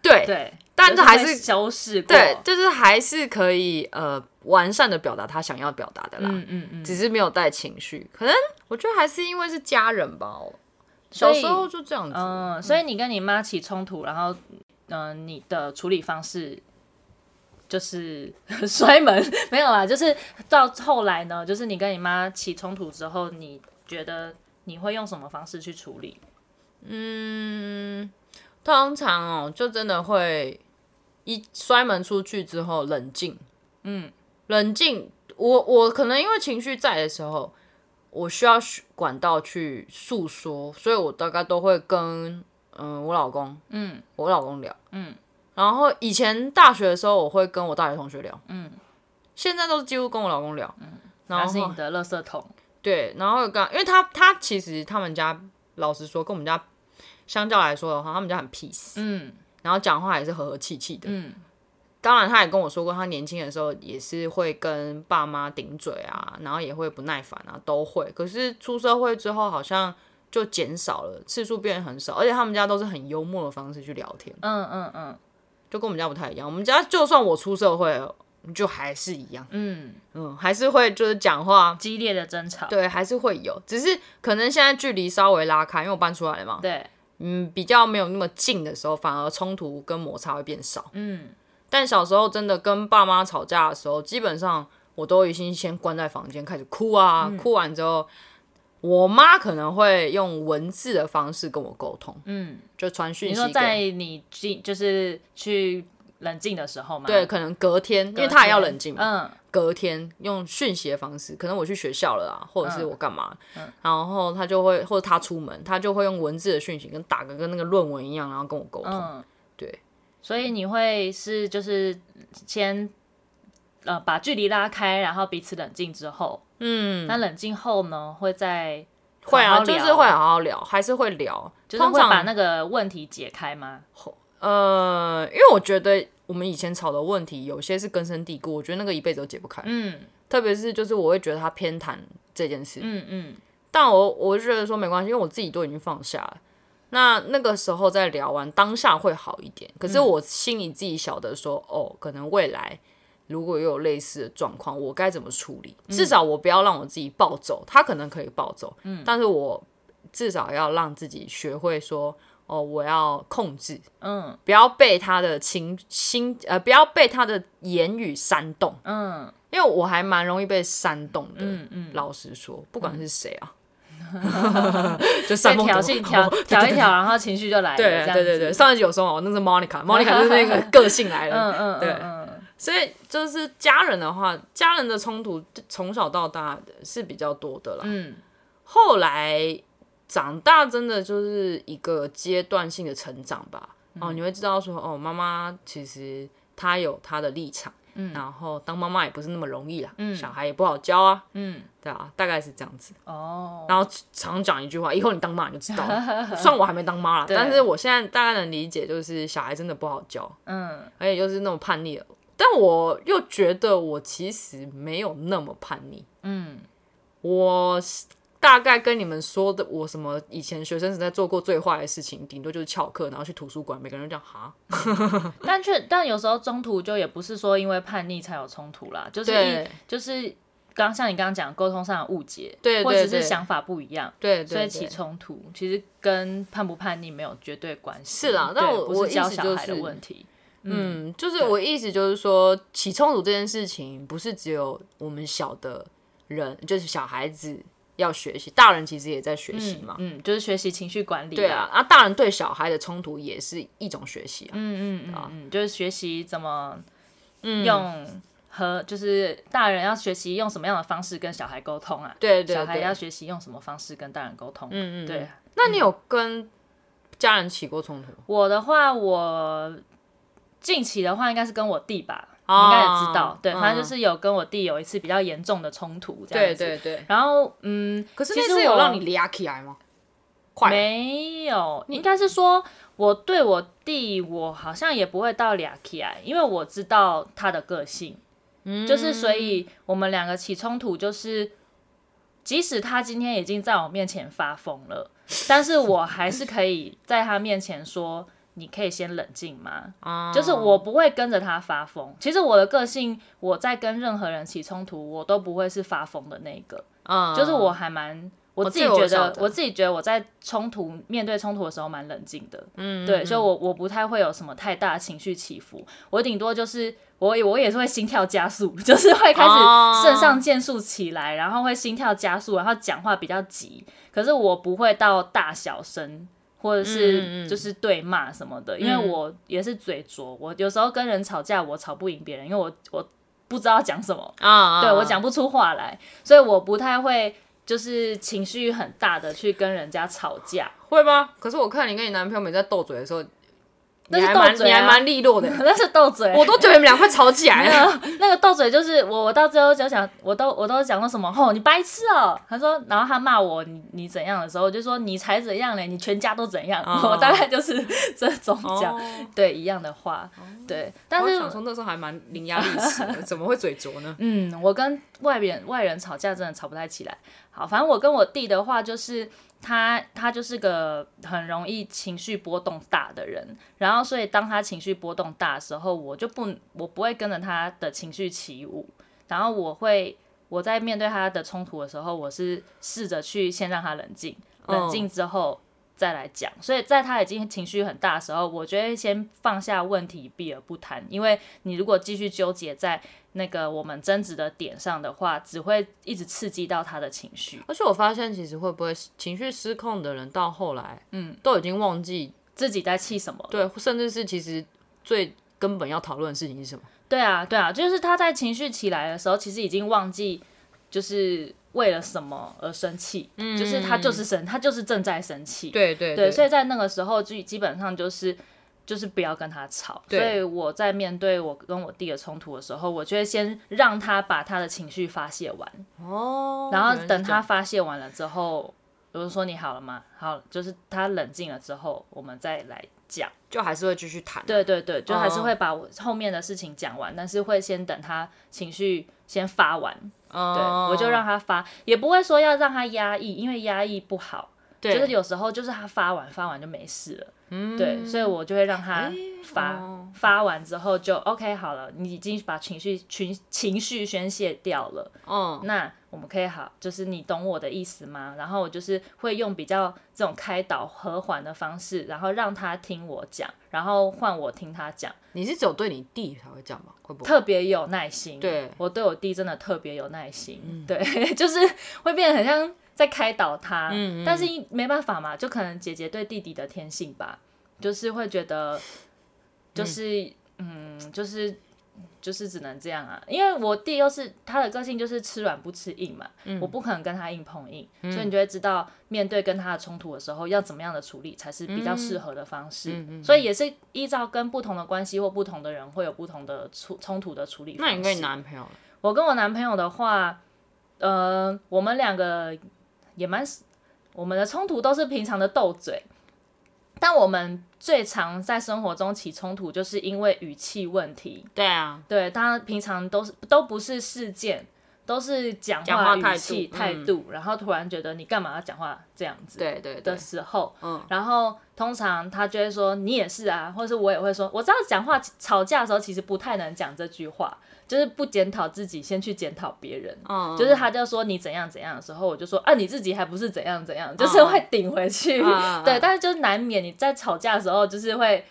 [SPEAKER 1] 对，
[SPEAKER 2] 对，
[SPEAKER 1] 但
[SPEAKER 2] 就是
[SPEAKER 1] 还
[SPEAKER 2] 会
[SPEAKER 1] 是
[SPEAKER 2] 修饰过，
[SPEAKER 1] 对，就是还是可以呃完善的表达他想要表达的啦，
[SPEAKER 2] 嗯嗯嗯，
[SPEAKER 1] 只是没有带情绪。可能我觉得还是因为是家人吧，哦
[SPEAKER 2] 所
[SPEAKER 1] 小
[SPEAKER 2] 以
[SPEAKER 1] 时候就这样子。啊
[SPEAKER 2] 嗯，所以你跟你妈起冲突，然后嗯、呃你的处理方式就是 摔门，没有啦，就是到后来呢，就是你跟你妈起冲突之后，你觉得你会用什么方式去处理？
[SPEAKER 1] 通常哦，就真的会一摔门出去之后冷静，嗯，冷静。我我可能因为情绪在的时候，我需要去管道去诉说，所以我大概都会跟嗯我老公，
[SPEAKER 2] 嗯，
[SPEAKER 1] 我老公聊，嗯。然后以前大学的时候，我会跟我大学同学聊，嗯。现在都是几乎跟我老公聊，嗯。然
[SPEAKER 2] 还
[SPEAKER 1] 后
[SPEAKER 2] 是你的垃圾桶？
[SPEAKER 1] 对，然后刚因为他他其实他们家老实说跟我们家相较来说的话，他们家很 peace，
[SPEAKER 2] 嗯
[SPEAKER 1] 然后讲话也是和和气气的。
[SPEAKER 2] 嗯
[SPEAKER 1] 当然，他也跟我说过，他年轻的时候也是会跟爸妈顶嘴啊，然后也会不耐烦啊，都会。可是出社会之后，好像就减少了，次数变得很少，而且他们家都是很幽默的方式去聊天，
[SPEAKER 2] 嗯嗯嗯
[SPEAKER 1] 就跟我们家不太一样。我们家就算我出社会了，就还是一样，
[SPEAKER 2] 嗯，
[SPEAKER 1] 嗯，还是会就是讲话，
[SPEAKER 2] 激烈的争吵，
[SPEAKER 1] 对，还是会有，只是可能现在距离稍微拉开，因为我搬出来了嘛，
[SPEAKER 2] 对，
[SPEAKER 1] 嗯，比较没有那么近的时候，反而冲突跟摩擦会变少。
[SPEAKER 2] 嗯
[SPEAKER 1] 但小时候真的跟爸妈吵架的时候，基本上我都已经先关在房间开始哭啊，
[SPEAKER 2] 嗯
[SPEAKER 1] 哭完之后，我妈可能会用文字的方式跟我沟通，
[SPEAKER 2] 嗯，
[SPEAKER 1] 就传讯
[SPEAKER 2] 你
[SPEAKER 1] 息
[SPEAKER 2] 说
[SPEAKER 1] 给
[SPEAKER 2] 在你进就是去冷静的时候嘛，
[SPEAKER 1] 对，
[SPEAKER 2] 嗯隔
[SPEAKER 1] 可能隔天，因
[SPEAKER 2] 天，
[SPEAKER 1] 为她也要冷静嘛，
[SPEAKER 2] 嗯
[SPEAKER 1] 隔天用讯息的方式，可能我去学校了啊，或者是我干嘛，
[SPEAKER 2] 嗯
[SPEAKER 1] 然后她就会或者她出门，她就会用文字的讯息跟打个跟那个论文一样，然后跟我沟通。
[SPEAKER 2] 嗯，
[SPEAKER 1] 对。
[SPEAKER 2] 所以你会是就是先呃把距离拉开，然后彼此冷静之后，
[SPEAKER 1] 嗯，
[SPEAKER 2] 那冷静后呢，会再
[SPEAKER 1] 会
[SPEAKER 2] 好
[SPEAKER 1] 啊，
[SPEAKER 2] 好
[SPEAKER 1] 就
[SPEAKER 2] 聊
[SPEAKER 1] 是会好好聊，还是会聊，
[SPEAKER 2] 就是
[SPEAKER 1] 通
[SPEAKER 2] 会把
[SPEAKER 1] 常
[SPEAKER 2] 那个问题解开吗？
[SPEAKER 1] 呃，因为我觉得我们以前吵的问题，有些是根深蒂固，我觉得那个一辈子都解不开。
[SPEAKER 2] 嗯
[SPEAKER 1] 特别是就是我会觉得他偏袒这件事，
[SPEAKER 2] 嗯嗯
[SPEAKER 1] 但我我就觉得说没关系，因为我自己都已经放下了。那那个时候再聊完，当下会好一点。可是我心里自己晓得说，哦，可能未来如果有类似的状况，我该怎么处理？至少我不要让我自己暴走，他可能可以暴走，但是我至少要让自己学会说，哦，我要控制，
[SPEAKER 2] 嗯
[SPEAKER 1] 不要被他的情心呃，不要被他的言语煽动，
[SPEAKER 2] 嗯
[SPEAKER 1] 因为我还蛮容易被煽动的。
[SPEAKER 2] 嗯嗯，
[SPEAKER 1] 老实说，不管是谁啊，就煽
[SPEAKER 2] 被
[SPEAKER 1] 风
[SPEAKER 2] 挑
[SPEAKER 1] 点
[SPEAKER 2] 衅
[SPEAKER 1] 火
[SPEAKER 2] 挑挑一挑，然后情绪就来了，
[SPEAKER 1] 对
[SPEAKER 2] 这样
[SPEAKER 1] 对对
[SPEAKER 2] 子
[SPEAKER 1] 对，上一集有说嘛，我那是 Monica，Monica 就是那个个性来
[SPEAKER 2] 嗯
[SPEAKER 1] 了。
[SPEAKER 2] 嗯嗯
[SPEAKER 1] 对
[SPEAKER 2] 嗯，
[SPEAKER 1] 所以就是家人的话，家人的冲突从小到大是比较多的啦。
[SPEAKER 2] 嗯，
[SPEAKER 1] 后来长大真的就是一个阶段性的成长吧。
[SPEAKER 2] 嗯
[SPEAKER 1] 哦，你会知道说，哦，妈妈其实她有她的立场，嗯，然后当妈妈也不是那么容易啦，嗯，小孩也不好教啊，
[SPEAKER 2] 嗯，
[SPEAKER 1] 对啊，大概是这样子。
[SPEAKER 2] 哦，
[SPEAKER 1] 然后常讲一句话，以后你当妈你就知道了。 虽然我还没当妈啦，
[SPEAKER 2] 对
[SPEAKER 1] 但是我现在大概能理解，就是小孩真的不好教，
[SPEAKER 2] 嗯，
[SPEAKER 1] 而且又是那种叛逆的。但我又觉得我其实没有那么叛逆，
[SPEAKER 2] 嗯，
[SPEAKER 1] 我是大概跟你们说的，我什么以前学生时代做过最坏的事情，顶多就是翘课，然后去图书馆，每个人都讲哈，
[SPEAKER 2] 但却但有时候中途就也不是说因为叛逆才有冲突啦，就是
[SPEAKER 1] 对
[SPEAKER 2] 一就是刚像你刚刚讲沟通上的误解，
[SPEAKER 1] 对
[SPEAKER 2] 或
[SPEAKER 1] 对
[SPEAKER 2] 者是
[SPEAKER 1] 对
[SPEAKER 2] 想法不一样，
[SPEAKER 1] 对
[SPEAKER 2] 所以
[SPEAKER 1] 对
[SPEAKER 2] 起
[SPEAKER 1] 对，
[SPEAKER 2] 冲突，其实跟叛不叛逆没有绝对关系。
[SPEAKER 1] 是啦
[SPEAKER 2] 对
[SPEAKER 1] 但我
[SPEAKER 2] 不
[SPEAKER 1] 我
[SPEAKER 2] 是教
[SPEAKER 1] 意思
[SPEAKER 2] 小
[SPEAKER 1] 就
[SPEAKER 2] 孩的
[SPEAKER 1] 是
[SPEAKER 2] 问题，
[SPEAKER 1] 嗯，就是我意思就是说，起冲突这件事情不是只有我们小的人，就是小孩子要学习，大人其实也在学习嘛，
[SPEAKER 2] 嗯，嗯，就是学习情绪管理。
[SPEAKER 1] 对啊，，啊，大人对小孩的冲突也是一种学习啊，
[SPEAKER 2] 嗯嗯嗯嗯，就是学习怎么
[SPEAKER 1] 嗯
[SPEAKER 2] 用和，就是大人要学习用什么样的方式跟小孩沟通啊，
[SPEAKER 1] 对对
[SPEAKER 2] 小孩
[SPEAKER 1] 对，
[SPEAKER 2] 要学习用什么方式跟大人沟通。啊
[SPEAKER 1] 嗯嗯，
[SPEAKER 2] 对
[SPEAKER 1] 嗯，那你有跟家人起过冲突吗？
[SPEAKER 2] 我的话，我近期的话应该是跟我弟吧，你
[SPEAKER 1] 哦
[SPEAKER 2] 应该也知道，对，
[SPEAKER 1] 嗯
[SPEAKER 2] 反正就是有跟我弟有一次比较严重的冲突这样
[SPEAKER 1] 对
[SPEAKER 2] 子。
[SPEAKER 1] 对对，
[SPEAKER 2] 然后，嗯，
[SPEAKER 1] 可是
[SPEAKER 2] 其
[SPEAKER 1] 那
[SPEAKER 2] 实
[SPEAKER 1] 次有
[SPEAKER 2] 我
[SPEAKER 1] 让你俩起来吗？快了，
[SPEAKER 2] 没有，应该是说我对我弟，我好像也不会到俩起来，因为我知道他的个性，就是所以我们两个起冲突，就是即使他今天已经在我面前发疯了， 但是我还是可以在他面前说。你可以先冷静吗？
[SPEAKER 1] 啊
[SPEAKER 2] 就是我不会跟着他发疯。其实我的个性，我在跟任何人起冲突，我都不会是发疯的那一个。
[SPEAKER 1] 嗯
[SPEAKER 2] 就是我还蛮我自己
[SPEAKER 1] 这个我
[SPEAKER 2] 觉
[SPEAKER 1] 晓
[SPEAKER 2] 得，
[SPEAKER 1] 得
[SPEAKER 2] 我自己觉得我在冲突面对冲突的时候蛮冷静的，
[SPEAKER 1] 嗯
[SPEAKER 2] 对，所以我我不太会有什么太大的情绪起伏，我顶多就是我也我也是会心跳加速， 就是会开
[SPEAKER 1] 哦
[SPEAKER 2] 始肾上腺素起来，然后会心跳加速，然后讲话比较急，可是我不会到大小声。或者
[SPEAKER 1] 嗯嗯
[SPEAKER 2] 是
[SPEAKER 1] 嗯
[SPEAKER 2] 就是对骂什么的，因为
[SPEAKER 1] 嗯
[SPEAKER 2] 我也是嘴拙，我有时候跟人吵架，我吵不赢别人，因为我我不知道讲什么，
[SPEAKER 1] 啊，
[SPEAKER 2] 对我
[SPEAKER 1] 啊
[SPEAKER 2] 讲不出话来，所以我不太会就是情绪很大的去跟人家吵架。
[SPEAKER 1] 会吗？可是我看你跟你男朋友每次在斗嘴的时候，
[SPEAKER 2] 那
[SPEAKER 1] 你
[SPEAKER 2] 是
[SPEAKER 1] 还
[SPEAKER 2] 斗
[SPEAKER 1] 蛮
[SPEAKER 2] 嘴
[SPEAKER 1] 你还
[SPEAKER 2] 啊，，
[SPEAKER 1] 蛮利落的
[SPEAKER 2] 那是斗嘴。
[SPEAKER 1] 我都觉得你们俩快吵起来了。
[SPEAKER 2] 那个斗嘴就是我，我到最后就想，我都我都讲说什么，吼、你白痴哦、他说，然后他骂我，你你怎样的时候，我就说你才怎样嘞，你全家都怎样。
[SPEAKER 1] 哦
[SPEAKER 2] 我大概就是这种讲，
[SPEAKER 1] 哦
[SPEAKER 2] 对一样的话，对。但
[SPEAKER 1] 我
[SPEAKER 2] 是
[SPEAKER 1] 想说那时候还蛮伶牙俐齿 的，怎么会嘴拙呢？
[SPEAKER 2] 嗯，我跟外人外人吵架真的吵不太起来。好，反正我跟我弟的话，就是他他就是个很容易情绪波动大的人，然后所以当他情绪波动大的时候，我就不我不会跟着他的情绪起舞，然后我会我在面对他的冲突的时候，我是试着去先让他冷静，冷静之后。再来讲，所以在他已经情绪很大的时候，我觉得先放下问题，避而不谈，因为你如果继续纠结在那个我们争执的点上的话，只会一直刺激到他的情绪，
[SPEAKER 1] 而且我发现，其实会不会情绪失控的人到后来，嗯，都已经忘记
[SPEAKER 2] 自己在气什么。
[SPEAKER 1] 对，甚至是其实最根本要讨论的事情是什么？
[SPEAKER 2] 对啊，对啊，就是他在情绪起来的时候，其实已经忘记就是为了什么而生气，就是他就是生，他就是正在生
[SPEAKER 1] 嗯
[SPEAKER 2] 气。
[SPEAKER 1] 对对
[SPEAKER 2] 对，所
[SPEAKER 1] 以
[SPEAKER 2] 以在那个时候就基本上就是就是不要跟他吵。所
[SPEAKER 1] 对
[SPEAKER 2] 以我在面对我跟我弟的冲突的时候，我就会先让他把他的情绪发泄完，
[SPEAKER 1] 哦，
[SPEAKER 2] 然
[SPEAKER 1] 原来
[SPEAKER 2] 后
[SPEAKER 1] 是
[SPEAKER 2] 等
[SPEAKER 1] 这样
[SPEAKER 2] 他发泄完了之后，我就说你好了吗？好，就是他冷静了之后，我们再来讲。
[SPEAKER 1] 就还是会继续谈，
[SPEAKER 2] 对对对，就还是
[SPEAKER 1] 哦
[SPEAKER 2] 会把我后面的事情讲完，但是会先等他情绪先发完，对、
[SPEAKER 1] 哦，
[SPEAKER 2] 我就让他发，也不会说要让他压抑，因为压抑不好。
[SPEAKER 1] 对
[SPEAKER 2] 就是有时候就是他发完发完就没事了，
[SPEAKER 1] 嗯
[SPEAKER 2] 对，所以我就会让
[SPEAKER 1] 哎
[SPEAKER 2] 他发、
[SPEAKER 1] 哦
[SPEAKER 2] 发完之后就 OK 好了，你已经把情绪情情绪宣泄掉了，
[SPEAKER 1] 嗯
[SPEAKER 2] 那我们可以好，就是你懂我的意思吗？然后我就是会用比较这种开导和缓的方式，然后让他听我讲，然后换我听他讲，
[SPEAKER 1] 你是只有对你弟才会这样吧？会不会？
[SPEAKER 2] 特别有耐心。
[SPEAKER 1] 对嗯
[SPEAKER 2] 我对我弟真的特别有耐心，对， 就是会变得很像在开导他，
[SPEAKER 1] 嗯嗯
[SPEAKER 2] 但是一没办法嘛，就可能姐姐对弟弟的天嗯性吧，就是会觉得，就是嗯就是。就是只能这样啊，因为我弟又是他的个性就是吃软不吃硬嘛，
[SPEAKER 1] 嗯
[SPEAKER 2] 我不可能跟他硬碰硬，所以你就会知道面对跟他的冲突的时候要怎么样的处理才是比较
[SPEAKER 1] 嗯
[SPEAKER 2] 适合的方式，所以也是依照跟不同的关系或不同的人会有不同的处冲突的处理方
[SPEAKER 1] 那
[SPEAKER 2] 式。
[SPEAKER 1] 你跟你男朋友呢，
[SPEAKER 2] 我跟我男朋友的话，呃，我们两个也蛮，我们的冲突都是平常的斗嘴，但我们最常在生活中起冲突，就是因为语气问题。
[SPEAKER 1] 对啊，
[SPEAKER 2] 对，他平常都是都不是事件，都是讲
[SPEAKER 1] 讲话
[SPEAKER 2] 话
[SPEAKER 1] 态
[SPEAKER 2] 语
[SPEAKER 1] 度嗯
[SPEAKER 2] 气态度，然后突然觉得你干嘛要讲话这样子？
[SPEAKER 1] 对对对
[SPEAKER 2] 的，时候，嗯，然后通常他就会说你也是啊，或者是我也会说，我知道讲话吵架的时候其实不太能讲这句话，就是不检讨自己，先去检讨别人。
[SPEAKER 1] 嗯，
[SPEAKER 2] 就是他就说你怎样怎样的时候，我就说啊你自己还不是怎样怎样，就是会顶回去。
[SPEAKER 1] 嗯
[SPEAKER 2] 对，但是就是难免你在吵架的时候，就是会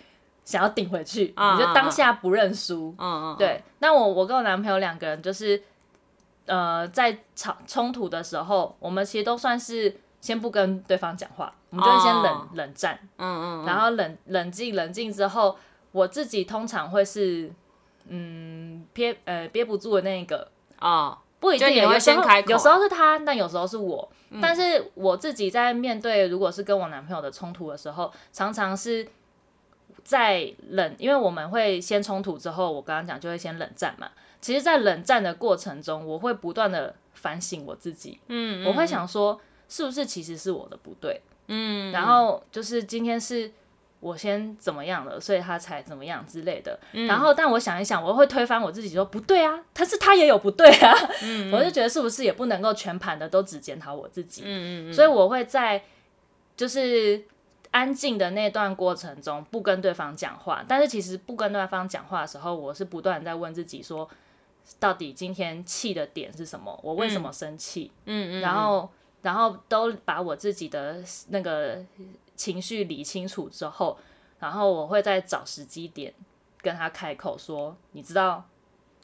[SPEAKER 2] 想要顶回去，
[SPEAKER 1] 嗯
[SPEAKER 2] 你就当下不认输。
[SPEAKER 1] 嗯嗯，
[SPEAKER 2] 对，那我我跟我男朋友两个人就是，呃，在吵冲突的时候，我们其实都算是先不跟对方讲话，我们就会先冷、
[SPEAKER 1] 哦
[SPEAKER 2] 冷战，
[SPEAKER 1] 嗯嗯嗯，
[SPEAKER 2] 然后冷冷静冷静之后，我自己通常会是，嗯，憋呃憋不住的那一个，
[SPEAKER 1] 哦，
[SPEAKER 2] 不一
[SPEAKER 1] 就
[SPEAKER 2] 定
[SPEAKER 1] 你
[SPEAKER 2] 有
[SPEAKER 1] 会
[SPEAKER 2] 时候
[SPEAKER 1] 先开口嗯
[SPEAKER 2] 有时候是他，但有时候是我。但是我自己在面对如果是跟我男朋友的冲突的时候，常常是在冷，因为我们会先冲突之后，我刚刚讲就会先冷战嘛。其实，在冷战的过程中，我会不断的反省我自己，
[SPEAKER 1] 嗯，
[SPEAKER 2] 我会想说，是不是其实是我的不对？嗯，然后就是今天是我先怎么样了，所以他才怎么样之类的。然后，但我想一想，我会推翻我自己，说不对啊，但是他也有不对啊。我就觉得是不是也不能够全盘的都只检讨我自己？
[SPEAKER 1] 嗯嗯嗯，
[SPEAKER 2] 所以我会在就是安静的那段过程中不跟对方讲话，但是其实不跟对方讲话的时候，我是不断地在问自己说，到底今天气的点是什么？我为什么生气？
[SPEAKER 1] 嗯嗯，
[SPEAKER 2] 然后然后都把我自己的那个情绪理清楚之后，然后我会再找时机点跟他开口说，你知道